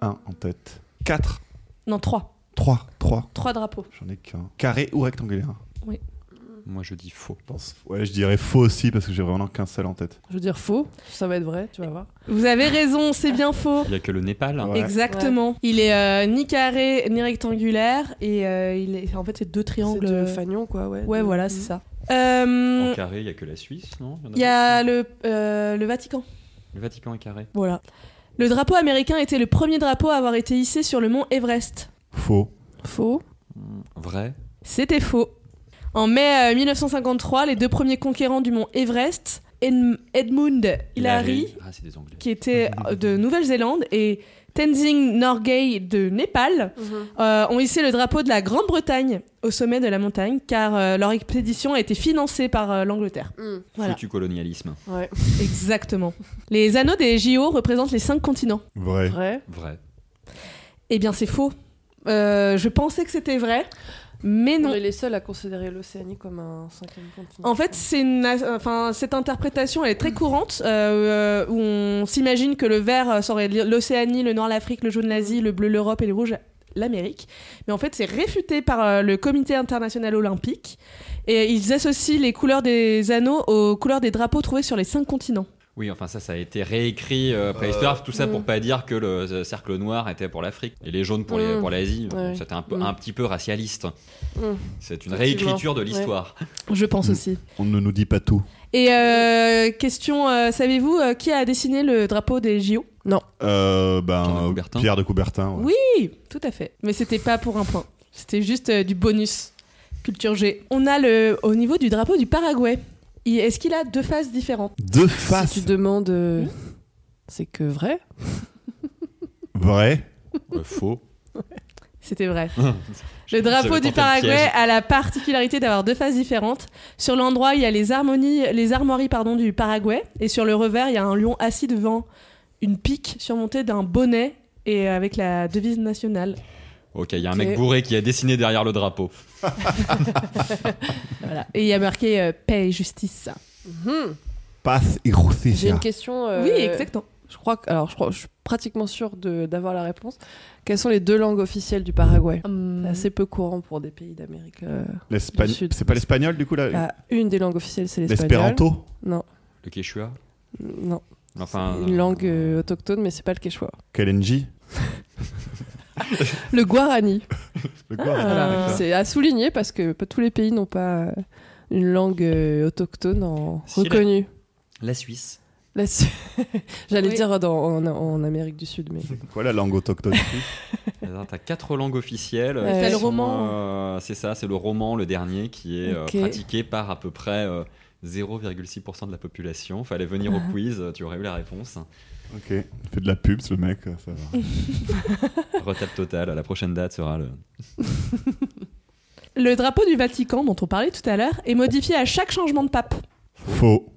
un en tête. Quatre, Non, trois. trois, trois. Trois drapeaux. J'en ai qu'un. Carré ou rectangulaire Oui. Moi, je dis faux. pense. Ouais, je dirais faux aussi parce que j'ai vraiment qu'un seul en tête. Je veux dire faux, ça va être vrai, tu vas voir. Vous avez raison, c'est bien faux. Il n'y a que le Népal. hein. Ouais. Exactement. Il est euh, ni carré ni rectangulaire et euh, il est en fait c'est deux triangles. euh, C'est de Fagnon, quoi, ouais. Ouais, De- voilà, Mhm. c'est ça. En Euh, carré, il n'y a que la Suisse, non en Il y a le, euh, le Vatican. Le Vatican est carré. Voilà. Le drapeau américain était le premier drapeau à avoir été hissé sur le mont Everest. Faux. Faux. Hmm, Vrai. C'était faux. En mai euh, 1953, les deux premiers conquérants du mont Everest, Edm- Edmund Hillary, Ah, c'est des Anglais. qui était euh, de Nouvelle-Zélande, et Tenzing Norgay de Népal, Mm-hmm. euh, ont hissé le drapeau de la Grande-Bretagne au sommet de la montagne, car euh, leur expédition a été financée par euh, l'Angleterre. Voilà. Foutu colonialisme. Ouais. Exactement. Les anneaux des JO représentent les cinq continents. Vrai. Vrai. Vrai. Eh bien, c'est faux. Euh, je pensais que c'était vrai, mais non. On est les seuls à considérer l'Océanie comme un cinquième continent. En fait, c'est une, enfin, cette interprétation, elle est très courante, euh, euh, où on s'imagine que le vert euh, serait l'Océanie, le noir l'Afrique, le jaune l'Asie, le bleu l'Europe et le rouge l'Amérique. Mais en fait, c'est réfuté par euh, le Comité international olympique, et ils associent les couleurs des anneaux aux couleurs des drapeaux trouvés sur les cinq continents. Oui, enfin ça, ça a été réécrit euh, après l'histoire, tout ça Mm. pour pas dire que le euh, cercle noir était pour l'Afrique et les jaunes pour les- Mm. pour l'Asie. Ouais. C'était un, peu- Mm. un petit peu racialiste. C'est une Effectivement. réécriture de l'histoire. Je pense Mm. aussi. On ne nous dit pas tout. Et euh, question, euh, savez-vous euh, qui a dessiné le drapeau des JO Euh, Pierre de ben, Coubertin. Pierre de Coubertin. ouais. Oui. Oui, tout à fait. Mais c'était pas pour un point. C'était juste euh, du bonus. Culture G. On a le au niveau du drapeau du Paraguay. il- Est-ce qu'il a deux faces différentes Deux Si faces. tu demandes, euh, c'est que vrai. Vrai. Euh, faux. C'était vrai. Le J'avais drapeau tenté du le Paraguay piège. a la particularité d'avoir deux faces différentes. Sur l'endroit, il y a les, harmonies, les armoiries pardon, du Paraguay. Et sur le revers, il y a un lion assis devant une pique surmontée d'un bonnet et euh, avec la devise nationale. Ok, il y a un Ok. mec bourré qui a dessiné derrière le drapeau. Voilà. Et il y a marqué euh, paix et justice. Passe et Mhm. J'ai justicia. une question. euh, Oui, exactement. Je crois que, alors, je crois, je suis pratiquement sûre de- d'avoir la réponse. Quelles sont les deux langues officielles du Paraguay C'est assez peu courant pour des pays d'Amérique. euh, L'Espagne- Du sud. C'est pas l'espagnol du coup là bah, une des langues officielles, c'est l'espagnol. L'espéranto Non, Le Quechua. non. Enfin, C'est une langue euh, autochtone, mais c'est pas le quechua. Kalenji Le guarani. Le Voilà. Ah, euh, C'est à souligner parce que pas tous les pays n'ont pas euh, une langue euh, autochtone en Si, la- reconnue. la Suisse. La Su- Bah, J'allais Oui. dire dans- en, en Amérique du Sud, mais Quoi la langue autochtone Alors, T'as quatre langues officielles. Ouais. qui T'as le sont, roman. euh, c'est ça, c'est le roman, le dernier, qui est euh, Ok. pratiqué par à peu près euh, 0,6% de la population. Fallait venir Ah. au quiz, euh, tu aurais eu la réponse. Ok. Fait de la pub ce mec. Ça va. Retape totale, la prochaine date sera le. Le drapeau du Vatican, dont on parlait tout à l'heure, est modifié à chaque changement de pape. Faux.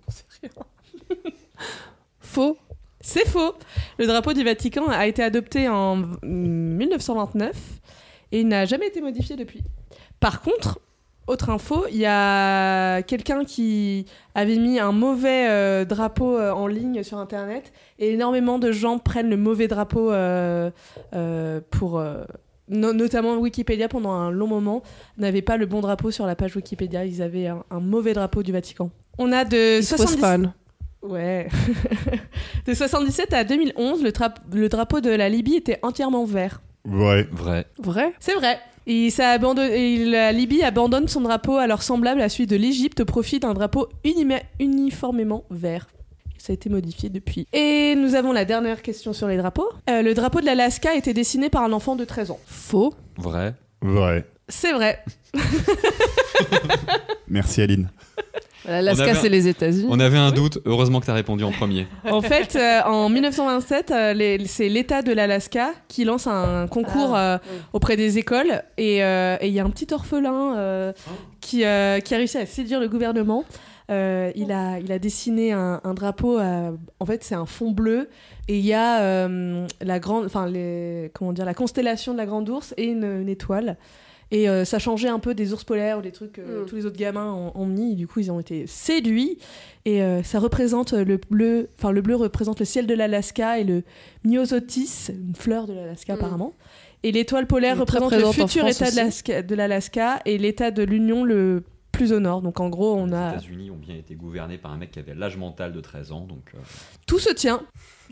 Faux. C'est faux. Le drapeau du Vatican a été adopté en mm, 1929 et il n'a jamais été modifié depuis. Par contre, autre info, il y a quelqu'un qui avait mis un mauvais euh, drapeau euh, en ligne sur Internet et énormément de gens prennent le mauvais drapeau euh, euh, pour... euh, no- notamment Wikipédia pendant un long moment n'avait pas le bon drapeau sur la page Wikipédia, ils avaient un, un mauvais drapeau du Vatican. On a de It was 70 fun. Ouais. de 77 à 2011, le, trap- le drapeau de la Libye était entièrement vert. Vrai. Vrai. Vrai C'est vrai. Et ça abandonne- et la Libye abandonne son drapeau alors semblable à celui de l'Égypte au profit d'un drapeau unima- uniformément vert. Ça a été modifié depuis. Et nous avons la dernière question sur les drapeaux. Euh, le drapeau de l'Alaska a été dessiné par un enfant de 13 ans. Faux. Mm. Vrai. Vrai. C'est vrai. Merci Aline. On avait L'Alaska, un- c'est les États-Unis. On avait un doute, heureusement que t'as répondu en premier. En fait, euh, en 1927, euh, les- c'est l'État de l'Alaska qui lance un concours euh, Ah, oui. auprès des écoles. Et euh, et il y a un petit orphelin euh, qui, euh, qui a réussi à séduire le gouvernement. Euh, il, a, il a dessiné un, un drapeau. à- en fait, c'est un fond bleu. Et il y a euh, la, grande, enfin, les, comment dire, la constellation de la Grande Ourse et une, une étoile. Et euh, ça changeait un peu des ours polaires ou des trucs que Mm. tous les autres gamins ont, ont mis. Du coup, ils ont été séduits. Et euh, ça représente le bleu. Enfin, le bleu représente le ciel de l'Alaska et le myosotis, une fleur de l'Alaska Mm. apparemment. Et l'étoile polaire Elle est très représente le présente en futur France État de aussi. l'Alaska- de l'Alaska et l'État de l'Union le plus au nord. Donc en gros, on les a États-Unis ont bien été gouvernés par un mec qui avait l'âge mental de 13 ans, donc euh, tout se tient.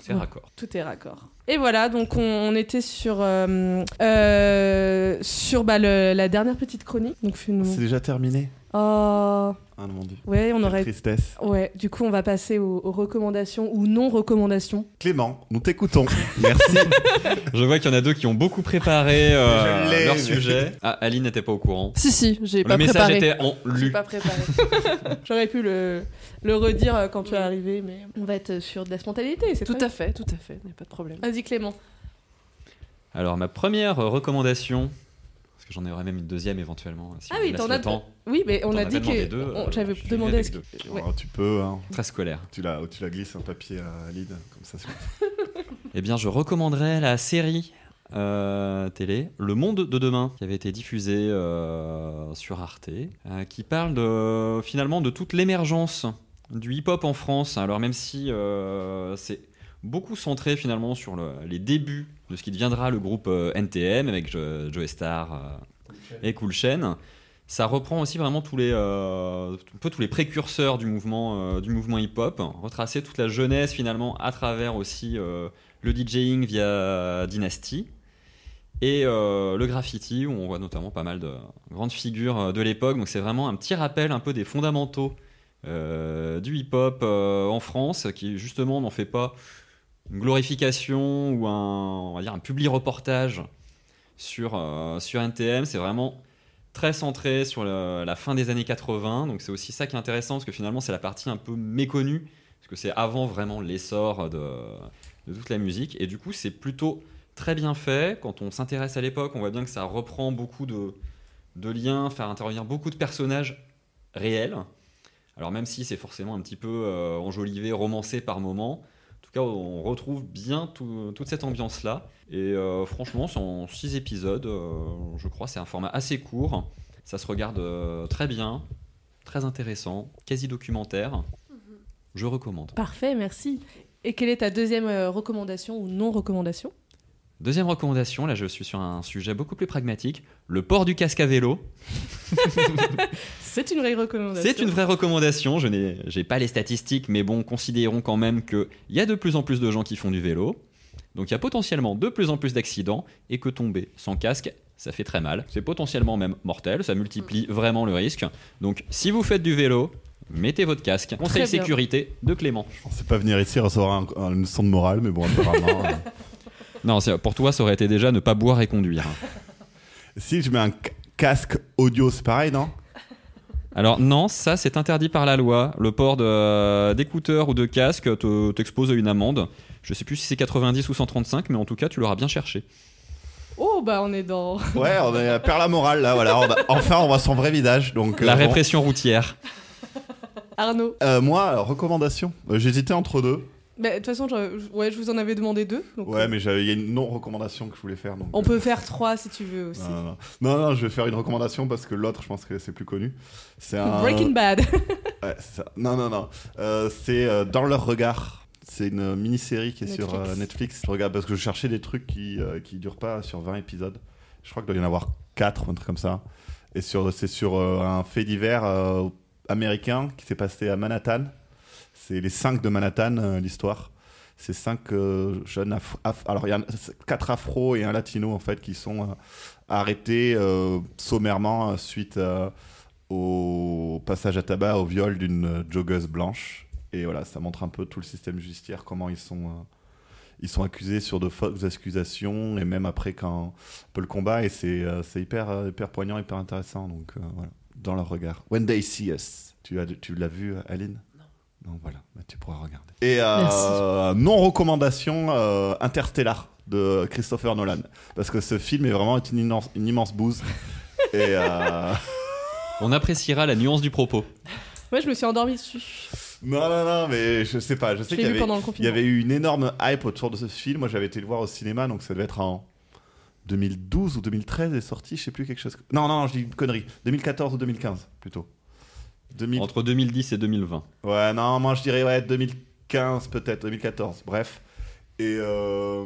c'est Ouais. raccord. Tout est raccord. Et voilà, donc on, on était sur euh, euh, sur bah, le- la dernière petite chronique. Donc C'est fais-nous. déjà terminé. Oh, Ah mon dieu. ouais, on Quelle aurait. tristesse. Ouais, du coup, on va passer aux, aux recommandations ou non recommandations. Clément, nous t'écoutons. Merci. Je vois qu'il y en a deux qui ont beaucoup préparé euh, Je l'ai, leur mais- sujet. Ah, Aline n'était pas au courant. Si, si, j'ai Le pas message préparé. était en J'ai lu. pas préparé. J'aurais pu le, le redire euh, quand tu es Oui. arrivé, mais on va être sur de la spontanéité. C'est tout à fait, tout à fait, il n'y a pas de problème. Vas-y Clément. Alors ma première euh, recommandation, parce que j'en aurais même une deuxième éventuellement. Si Ah on oui, me laisse t'en le as- temps. Oui, mais on T'en a avais dit demandé que deux, on- euh, j'avais je suis demandé venu à ce que avec Ouais. Oh, tu peux, hein. Très scolaire. tu, la, tu la glisses un papier à Lid, comme ça. c'est- Eh bien, je recommanderais la série euh, télé Le Monde de demain, qui avait été diffusée euh, sur Arte, euh, qui parle de, finalement de toute l'émergence du hip-hop en France. Alors même si euh, c'est beaucoup centré finalement sur le- les débuts de ce qui deviendra le groupe euh, NTM avec Joe Joey Star euh, et Cool Chain. Ça reprend aussi vraiment tous les, euh, un peu tous les précurseurs du mouvement, euh, du mouvement hip-hop, retracer toute la jeunesse finalement à travers aussi euh, le DJing via Dynasty et euh, le graffiti où on voit notamment pas mal de grandes figures euh, de l'époque. Donc c'est vraiment un petit rappel un peu des fondamentaux euh, du hip-hop euh, en France qui justement n'en fait pas une glorification ou un, on va dire un public reportage sur, euh, sur NTM. C'est vraiment très centré sur le- la fin des années 80. Donc c'est aussi ça qui est intéressant parce que finalement c'est la partie un peu méconnue parce que c'est avant vraiment l'essor de, de toute la musique. Et du coup, c'est plutôt très bien fait. Quand on s'intéresse à l'époque, on voit bien que ça reprend beaucoup de, de liens, faire intervenir beaucoup de personnages réels. Alors même si c'est forcément un petit peu euh, enjolivé, romancé par moments, en tout cas, on retrouve bien tout- toute cette ambiance-là. Et euh, franchement, c'est en 6 épisodes, euh, je crois, c'est un format assez court. Ça se regarde euh, très bien, très intéressant, quasi documentaire. Je recommande. Parfait, merci. Et quelle est ta deuxième euh, recommandation ou non recommandation Deuxième recommandation, là je suis sur un sujet beaucoup plus pragmatique, le port du casque à vélo. C'est une vraie recommandation. C'est une vraie recommandation, je n'ai j'ai pas les statistiques, mais bon, considérons quand même qu'il y a de plus en plus de gens qui font du vélo, donc il y a potentiellement de plus en plus d'accidents, et que tomber sans casque, ça fait très mal, c'est potentiellement même mortel, ça multiplie vraiment le risque. Donc si vous faites du vélo, mettez votre casque. Conseil bien. sécurité de Clément. Je pensais pas venir ici recevoir un- un- une leçon de morale, mais bon, apparemment. euh, Non, c'est- pour toi, ça aurait été déjà ne pas boire et conduire. Si je mets un ca- casque audio, c'est pareil, non Alors non, ça c'est interdit par la loi. Le port de- euh, d'écouteurs ou de casques te- t'expose à une amende. Je sais plus si c'est 90 ou 135, mais en tout cas tu l'auras bien cherché. Oh bah on est dans. Ouais, on est à perdre la morale là, voilà. on a- enfin, on voit son vrai visage. Donc, euh, La bon. répression routière. Arnaud. Euh, moi, euh, recommandation. Euh, J'hésitais entre deux. Bah, De toute façon, je, ouais, je vous en avais demandé deux. donc, Ouais, euh, mais j'avais- il y a une non-recommandation que je voulais faire. Donc, On euh, peut faire trois si tu veux aussi. Non non, non. Non, non, je vais faire une recommandation parce que l'autre, je pense que c'est plus connu. C'est un. Breaking Bad. Ouais, c'est ça. Non, non, non. Euh, c'est euh, Dans leur regard. C'est une mini-série qui est sur Netflix. euh, Netflix. Je regarde parce que je cherchais des trucs qui, euh, qui durent pas sur 20 épisodes. Je crois qu'il doit y en avoir 4, un truc comme ça. Et sur, c'est sur euh, un fait divers euh, américain qui s'est passé à Manhattan. C'est les 5 de Manhattan, euh, l'histoire. C'est 5 jeunes Af- Af- Alors, il y en a 4 afro et un latino, en fait, qui sont euh, arrêtés euh, sommairement euh, suite euh, au passage à tabac, au viol d'une euh, joggeuse blanche. Et voilà, ça montre un peu tout le système judiciaire, comment ils sont, euh, ils sont accusés sur de fausses accusations, et même après quand un peu le combat, et c'est euh, c'est hyper, euh, hyper poignant, hyper intéressant, donc euh, voilà, dans leur regard. When they see us, tu as- tu l'as vu, Aline Non. Non, voilà, bah, tu pourras regarder. Et euh, non-recommandation euh, Interstellar de Christopher Nolan, parce que ce film est vraiment une immense, une immense bouse. et euh, On appréciera la nuance du propos. Moi, je me suis endormie dessus. Non, non, non, mais je sais pas. Je Je sais l'ai qu'il y vu avait, pendant le il y confinement. avait eu une énorme hype autour de ce film. Moi, j'avais été le voir au cinéma, donc ça devait être en 2012 ou 2013 est sorti, je sais plus quelque chose. Non, non, je dis une connerie. 2014 ou 2015 plutôt. 2000... Entre 2010 et 2020. Ouais, non, moi je dirais ouais 2015 peut-être, 2014, bref. Et euh,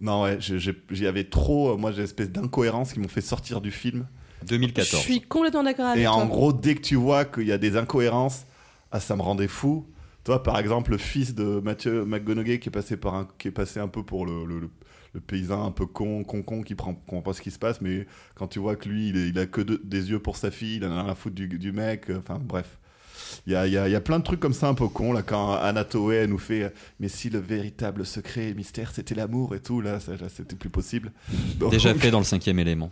Non, ouais, j'ai- j'ai- j'y avais trop. euh, Moi, j'ai une espèce d'incohérence qui m'ont fait sortir du film. 2014. Je suis complètement d'accord avec Et toi. en gros, dès que tu vois qu'il y a des incohérences, ah, ça me rendait fou. Toi, par exemple, le fils de Mathieu McGonaghy qui est passé, par un, qui est passé un peu pour le, le- le- le paysan un peu con, con, con, qui prend, comprend pas ce qui se passe, mais quand tu vois que lui, il, est- il a que deux- des yeux pour sa fille, il en a rien à foutre du, du mec, euh, enfin bref. Il y a, il y a- il y a plein de trucs comme ça un peu con, là, quand Anna Toei nous fait euh, Mais si le véritable secret et mystère, c'était l'amour et tout, là, ça- là, c'était plus possible. Donc- Déjà fait dans le cinquième élément.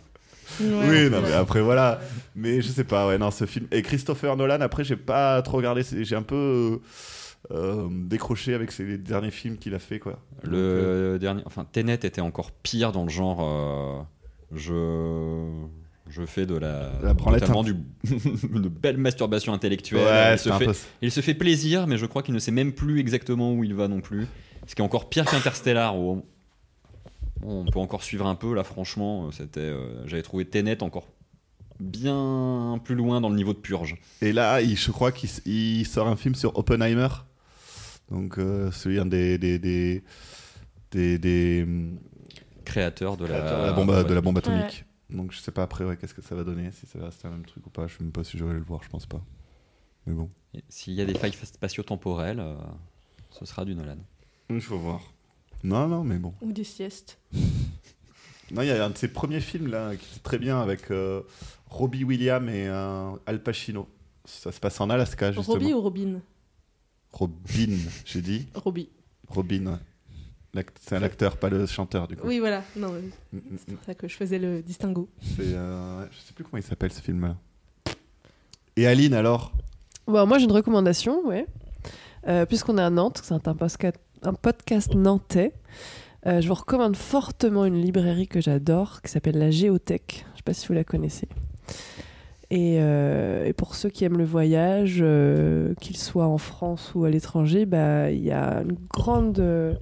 Ouais. oui, non, mais ah. après voilà. Mais je sais pas, ouais, non, ce film. Et Christopher Nolan, après, j'ai pas trop regardé. c'est- J'ai un peu euh, euh, décroché avec ses les derniers films qu'il a fait, quoi. euh, Le dernier, enfin, Tenet était encore pire dans le genre. euh, je je fais de la, La branlette, notamment du une belle masturbation intellectuelle. Ouais, il, c'est se un fait, peu ça. il se fait plaisir, mais je crois qu'il ne sait même plus exactement où il va non plus. Ce qui est encore pire qu'Interstellar. où on, on peut encore suivre un peu là. Franchement, euh, c'était, euh, j'avais trouvé Tenet encore bien plus loin dans le niveau de purge. Et là, il- je crois qu'il s- il sort un film sur Oppenheimer. Donc, euh, celui un des. des, des, des, des, hum, Créateur de la, créateurs de la bombe, de la bombe Ouais. atomique. Donc, je sais pas après, ouais, qu'est-ce que ça va donner, si ça va rester un même truc ou pas. Je sais même pas si je vais le voir, je pense pas. Mais bon. Et S'il y a des failles spatio-temporelles, euh, ce sera du Nolan. Il faut voir. Non, non, mais bon. Ou des siestes. Non, il y a un de ses premiers films là qui était très bien avec euh, Robbie Williams et euh, Al Pacino. Ça se passe en Alaska justement. Robbie ou Robin Robin, j'ai dit. Robbie. Robin. ouais. L'act- C'est un acteur, pas le chanteur du coup. Oui, voilà. Non, euh, Mm, mm, c'est pour ça que je faisais le distinguo. c'est, euh, je sais plus comment il s'appelle ce film là. Et Aline alors Bon, moi j'ai une recommandation, ouais. Euh, Puisqu'on est à Nantes, c'est un, posca- un podcast nantais. euh, je vous recommande fortement une librairie que j'adore qui s'appelle la Géothèque. Je ne sais pas si vous la connaissez. Et, euh, et pour ceux qui aiment le voyage, euh, qu'ils soient en France ou à l'étranger, bah, il y a une grande. euh,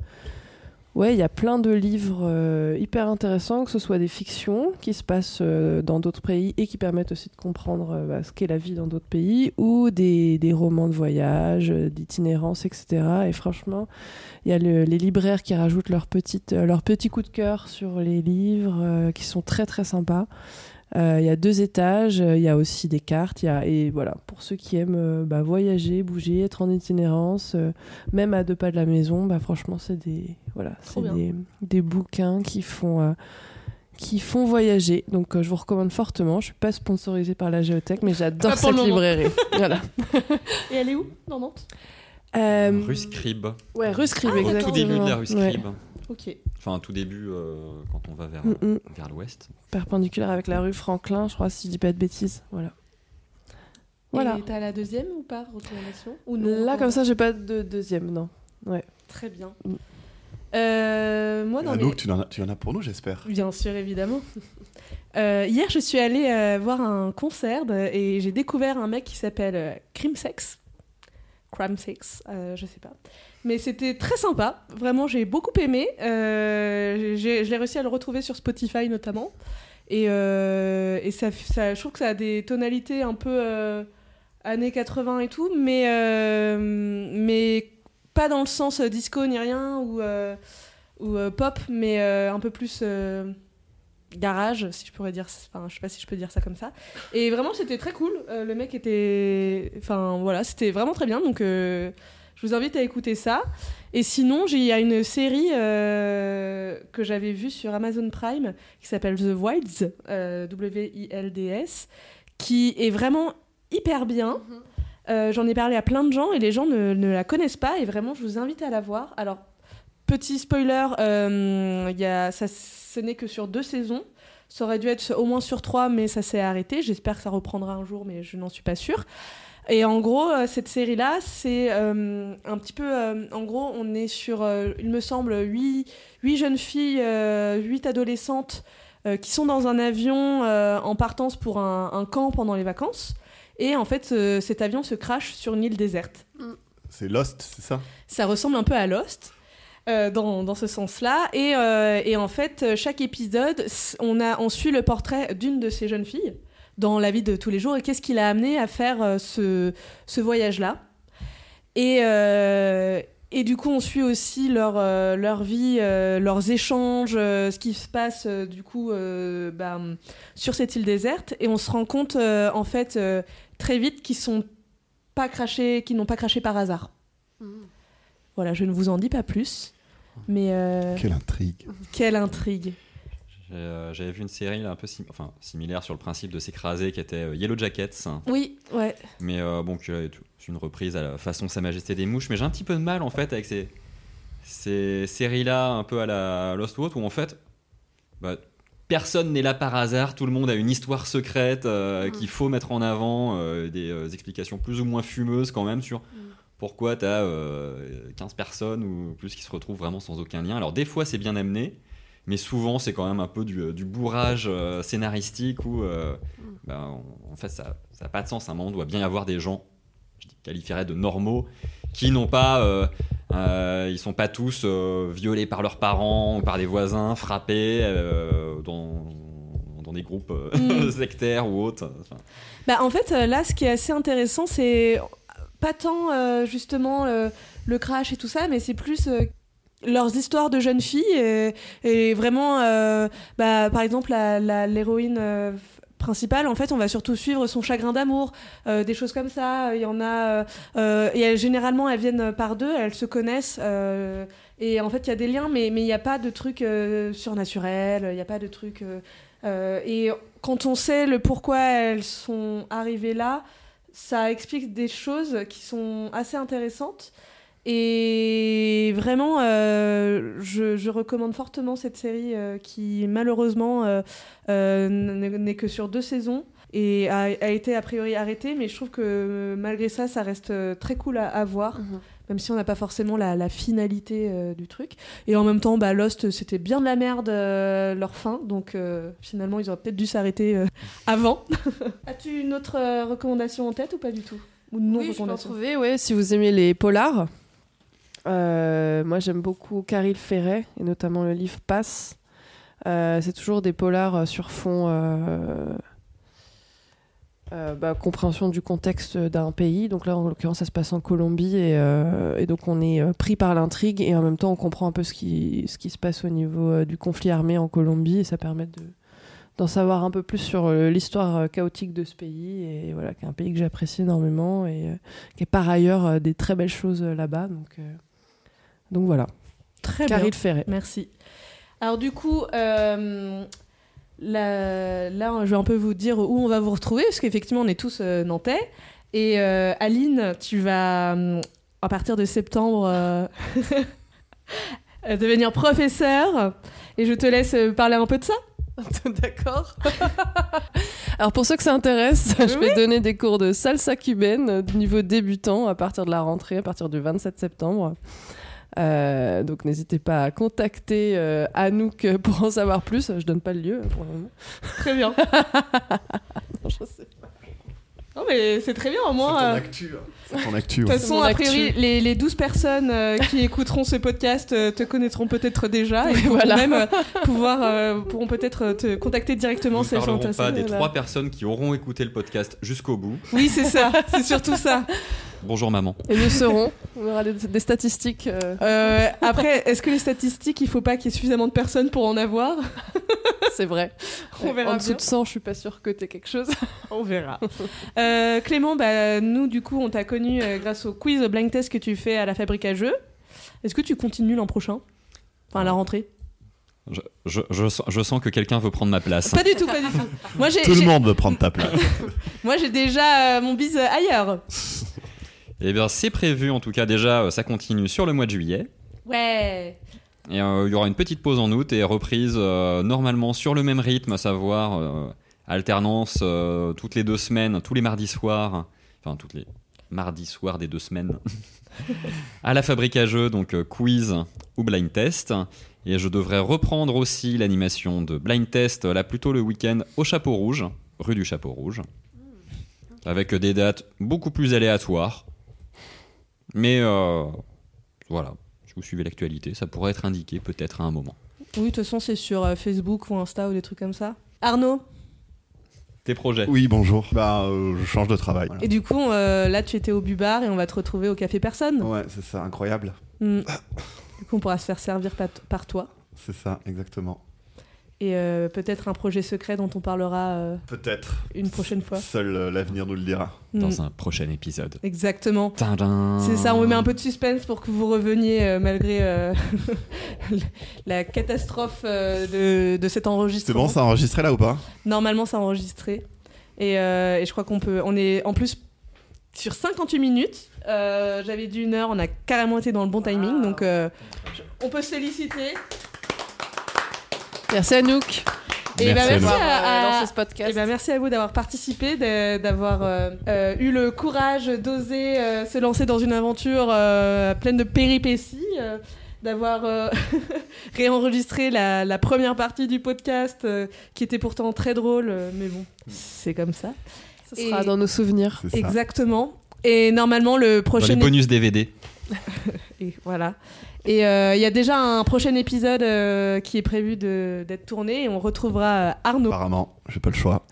Ouais, il y a plein de livres euh, hyper intéressants, que ce soit des fictions qui se passent euh, dans d'autres pays et qui permettent aussi de comprendre euh, bah, ce qu'est la vie dans d'autres pays, ou des, des romans de voyage, euh, d'itinérance, etc. Et franchement, il y a le- les libraires qui rajoutent leur, petite, euh, leur petit coup de cœur sur les livres, euh, qui sont très très sympas. Euh, Il y a deux étages, euh, il y a aussi des cartes, il y a, et voilà, pour ceux qui aiment euh, bah, voyager, bouger, être en itinérance, euh, même à deux pas de la maison, bah franchement, c'est des voilà, Trop c'est bien. des, des bouquins qui font euh, qui font voyager. Donc euh, je vous recommande fortement. Je suis pas sponsorisée par la Géothèque, mais j'adore Pas pour cette le moment. librairie. voilà. Et elle est où Dans Nantes Euh, Rue Scribe. Ouais, rue Scribe, Ah, exactement. Tout début de la rue Ouais. Scribe. Ok. Enfin, tout début euh, quand on va vers, Mm, mm. vers l'ouest. Perpendiculaire avec la rue Franklin, je crois, si je dis pas de bêtises. Voilà. Voilà. Et t'as la deuxième ou pas recommandation Ou non Là, comme ça, j'ai pas de deuxième, non. Très bien. Mm. Euh, moi, dans Ah, mes- nous, tu, en as, tu en as pour nous, j'espère. Bien sûr, évidemment. Euh, hier, je suis allée euh, voir un concert de- et j'ai découvert un mec qui s'appelle euh, Crimsex. Crimsex, euh, je sais pas. Mais c'était très sympa. Vraiment, j'ai beaucoup aimé. Euh, j'ai- je l'ai réussi à le retrouver sur Spotify notamment. Et, euh, et ça, ça- je trouve que ça a des tonalités un peu euh, années 80 et tout, mais, euh, mais pas dans le sens euh, disco ni rien ou, euh, ou euh, pop, mais euh, un peu plus euh, garage, si je pourrais dire. Enfin, je sais pas si je peux dire ça comme ça. Et vraiment, c'était très cool. Euh, le mec était, enfin voilà, c'était vraiment très bien. Donc, euh, je vous invite à écouter ça. Et sinon, j'ai- il y a une série euh, que j'avais vue sur Amazon Prime qui s'appelle The Wilds, euh, W-I-L-D-S, qui est vraiment hyper bien. Euh, J'en ai parlé à plein de gens et les gens ne, ne la connaissent pas et vraiment je vous invite à la voir. Alors, petit spoiler, euh, il y a, ça, ce n'est que sur deux saisons. Ça aurait dû être au moins sur trois, mais ça s'est arrêté. J'espère que ça reprendra un jour, mais je n'en suis pas sûre. Et en gros, euh, cette série-là, c'est euh, un petit peu. euh, en gros, on est sur, euh, il me semble, huit, huit jeunes filles, euh, huit adolescentes euh, qui sont dans un avion euh, en partance pour un, un camp pendant les vacances. Et en fait, euh, cet avion se crache sur une île déserte. C'est Lost, c'est ça Ça ressemble un peu à Lost. euh, dans, dans ce sens-là. Et, euh, et en fait, euh, chaque épisode, s- on, a, on suit le portrait d'une de ces jeunes filles dans la vie de tous les jours et qu'est-ce qui l'a amenée à faire euh, ce, ce voyage-là. Et, euh, Et du coup, on suit aussi leur, euh, leur vie, euh, leurs échanges, euh, ce qui se passe euh, du coup euh, bah, hum, sur cette île déserte. Et on se rend compte euh, en fait euh, très vite qu'ils sont pas crachés, qu'ils n'ont pas craché par hasard. Voilà, je ne vous en dis pas plus, mais euh, Quelle intrigue. quelle intrigue. J'ai, euh, J'avais vu une série là, un peu sim- enfin, similaire sur le principe de s'écraser qui était euh, Yellow Jackets. Oui, ouais. Mais euh, bon, que là, et tout, c'est une reprise à la façon Sa Majesté des Mouches. Mais j'ai un petit peu de mal en fait avec ces, ces séries-là, un peu à la Lost World, où en fait, bah, personne n'est là par hasard. Tout le monde a une histoire secrète euh, qu'il faut mettre en avant, euh, des euh, explications plus ou moins fumeuses quand même sur. Pourquoi t'as euh, 15 personnes ou plus qui se retrouvent vraiment sans aucun lien Alors des fois c'est bien amené, mais souvent c'est quand même un peu du, du bourrage euh, scénaristique où euh, ben, on- en fait, ça n'a pas de sens. À un moment, on doit bien y avoir des gens, je qualifierais de normaux, qui n'ont pas. euh, euh, ils sont pas tous euh, violés par leurs parents ou par des voisins, frappés euh, dans, dans des groupes euh, Mm. sectaires ou autres. Enfin, Bah, en fait, euh, là, ce qui est assez intéressant, c'est euh, pas tant euh, justement euh, le crash et tout ça, mais c'est plus euh, leurs histoires de jeunes filles. Et, et vraiment, euh, bah, par exemple, la- la- l'héroïne. euh, principale, en fait, on va surtout suivre son chagrin d'amour, euh, des choses comme ça. Il y en a, euh, euh, et elles, généralement, elles viennent par deux, elles se connaissent, euh, et en fait, il y a des liens, mais mais il n'y a pas de truc euh, surnaturel, il n'y a pas de truc. euh, euh, et quand on sait le pourquoi elles sont arrivées là, ça explique des choses qui sont assez intéressantes. Et vraiment, euh, je, je recommande fortement cette série euh, qui, malheureusement, euh, euh, n- n'est que sur deux saisons et a, a été a priori arrêtée. Mais je trouve que euh, malgré ça, ça reste euh, très cool à, à voir, Mhm. même si on n'a pas forcément la, la finalité euh, du truc. Et en même temps, bah, Lost, c'était bien de la merde euh, leur fin. Donc euh, finalement, ils auraient peut-être dû s'arrêter euh, avant. As-tu une autre euh, recommandation en tête ou pas du tout Ou non oui, je peux en recommandation trouver, ouais, si vous aimez les polars. Euh, moi, j'aime beaucoup Caril Ferret, et notamment le livre Passe. Euh, c'est toujours des polars euh, sur fond euh, euh, bah, compréhension du contexte d'un pays. Donc là, en l'occurrence, ça se passe en Colombie, et, euh, et donc on est euh, pris par l'intrigue, et en même temps, on comprend un peu ce qui, ce qui se passe au niveau euh, du conflit armé en Colombie, et ça permet de d'en savoir un peu plus sur euh, l'histoire euh, chaotique de ce pays et voilà qui est un pays que j'apprécie énormément et euh, qui est par ailleurs euh, des très belles choses euh, là-bas donc euh, donc voilà Très Caril Ferret Merci. Alors du coup, euh, là, là, je vais un peu vous dire où on va vous retrouver, parce qu'effectivement, on est tous euh, nantais. Et euh, Aline, tu vas, hum, à partir de septembre, euh, euh, devenir professeure. Et je te laisse euh, parler un peu de ça. d'accord alors pour ceux que ça intéresse je vais donner des cours de salsa cubaine euh, de niveau débutant à partir de la rentrée à partir du 27 septembre Euh, donc n'hésitez pas à contacter euh, Anouk pour en savoir plus je donne pas le lieu hein, pour le moment Très bien. Non, je sais. Non, mais c'est très bien, au c'est ton moins. euh, actu. hein. C'est ton actu. De toute ouais. façon, mon a actu. priori, les, les 12 personnes euh, qui écouteront ce podcast euh, te connaîtront peut-être déjà et Oui, pourront voilà. même euh, pouvoir, euh, pourront peut-être euh, te contacter directement nous si elles ne sont parlerons pas intéressées. des Voilà. trois personnes qui auront écouté le podcast jusqu'au bout. Oui, c'est ça, c'est surtout ça. Bonjour maman. et nous serons on aura des, des statistiques euh, Euh, après, est-ce que les statistiques, il faut pas qu'il y ait suffisamment de personnes pour en avoir C'est vrai. On verra en dessous bien. de 100, je suis pas sûre que t'aies quelque chose. On verra. Euh, Clément, bah, nous, du coup, on t'a connu euh, grâce au quiz au blind test que tu fais à la fabrique à jeux. Est-ce que tu continues l'an prochain Enfin, à la rentrée Je, je- je sens- je sens que quelqu'un veut prendre ma place. Pas du tout, pas du tout. Moi, j'ai Tout le j'ai- monde veut prendre ta place. moi, j'ai déjà euh, mon bise euh, ailleurs. Eh bien, c'est prévu en tout cas déjà, euh, ça continue sur le mois de juillet. Ouais. Et euh, il y aura une petite pause en août et reprise euh, normalement sur le même rythme, à savoir euh, alternance euh, toutes les deux semaines, tous les mardis soirs, enfin toutes les mardis soirs des deux semaines, à la fabrique à jeux, donc euh, quiz ou blind test. Et je devrais reprendre aussi l'animation de blind test, euh, là plutôt le week-end au Chapeau Rouge, rue du Chapeau Rouge, avec euh, des dates beaucoup plus aléatoires. Mais euh, voilà, si vous suivez l'actualité, ça pourrait être indiqué peut-être à un moment. Oui, de toute façon, c'est sur euh, Facebook ou Insta ou des trucs comme ça. Arnaud, Tes projets Oui, bonjour. Bah, euh, je change de travail. Voilà. Oh. et du coup, euh, là, tu étais au Bubar et on va te retrouver au Café Personne. Ouais, c'est ça, incroyable. Mm. Du coup, on pourra se faire servir pat- par toi. C'est ça, exactement. Et euh, peut-être un projet secret dont on parlera euh, Peut-être. une prochaine fois. Seul euh, l'avenir nous le dira. Mm. dans Ah. un prochain épisode. Exactement. Tadam C'est ça, on met un peu de suspense pour que vous reveniez euh, malgré euh, la catastrophe euh, de, de cet C'est enregistrement. bon, ça enregistré là ou pas Normalement, c'est enregistré. Et, euh, et je crois qu'on peut. On est en plus sur 58 minutes. Euh, J'avais dit une heure, on a carrément été dans le bon timing. Donc, euh, je- on peut se féliciter. Merci Anouk Et bah, Merci, merci, Anouk. à- à- dans euh, ce eh podcast. ben, merci à vous d'avoir participé, d'a- d'avoir euh, euh, eu le courage d'oser euh, se lancer dans une aventure euh, pleine de péripéties, euh, d'avoir euh, réenregistré la, la première partie du podcast euh, qui était pourtant très drôle, euh, mais bon, c'est comme ça. Ce sera Et- dans nos souvenirs. C'est ça. Exactement. Et normalement, le Dans les prochain. bonus DVD. Et voilà. Et euh, il y a déjà un prochain épisode euh, qui est prévu de- d'être tourné et on retrouvera euh, Arnaud. Apparemment, j'ai pas le choix.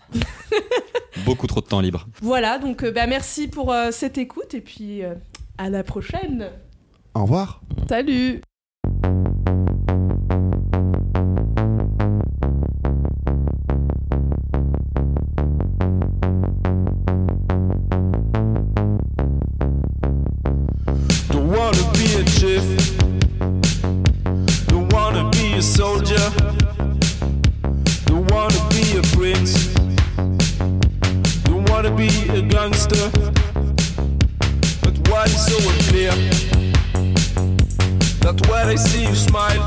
Beaucoup trop de temps libre. Voilà, donc euh, bah, merci pour euh, cette écoute et puis euh, à la prochaine. Au revoir. Salut Don't wanna be a chief. Don't wanna be a soldier. Don't wanna be a prince. Don't wanna be a gangster. But why is so unclear? That when I see you smile,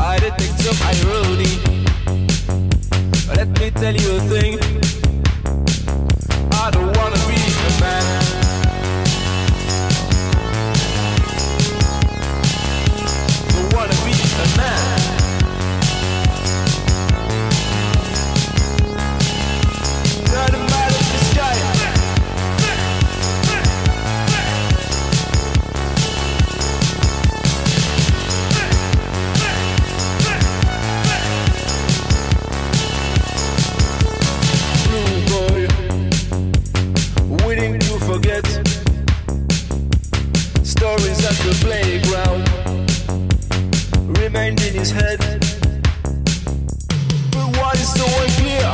I detect some irony. Let me tell you a thing. I don't wanna be a man. don't wanna be a man. Not a man in the sky. Blue boy, willing to forget stories at the playground remained in his head. But what is so unclear?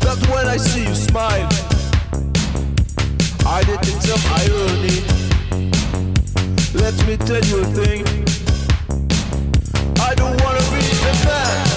That when I see you smile, I detect some irony. Let me tell you a thing. I don't wanna be a man.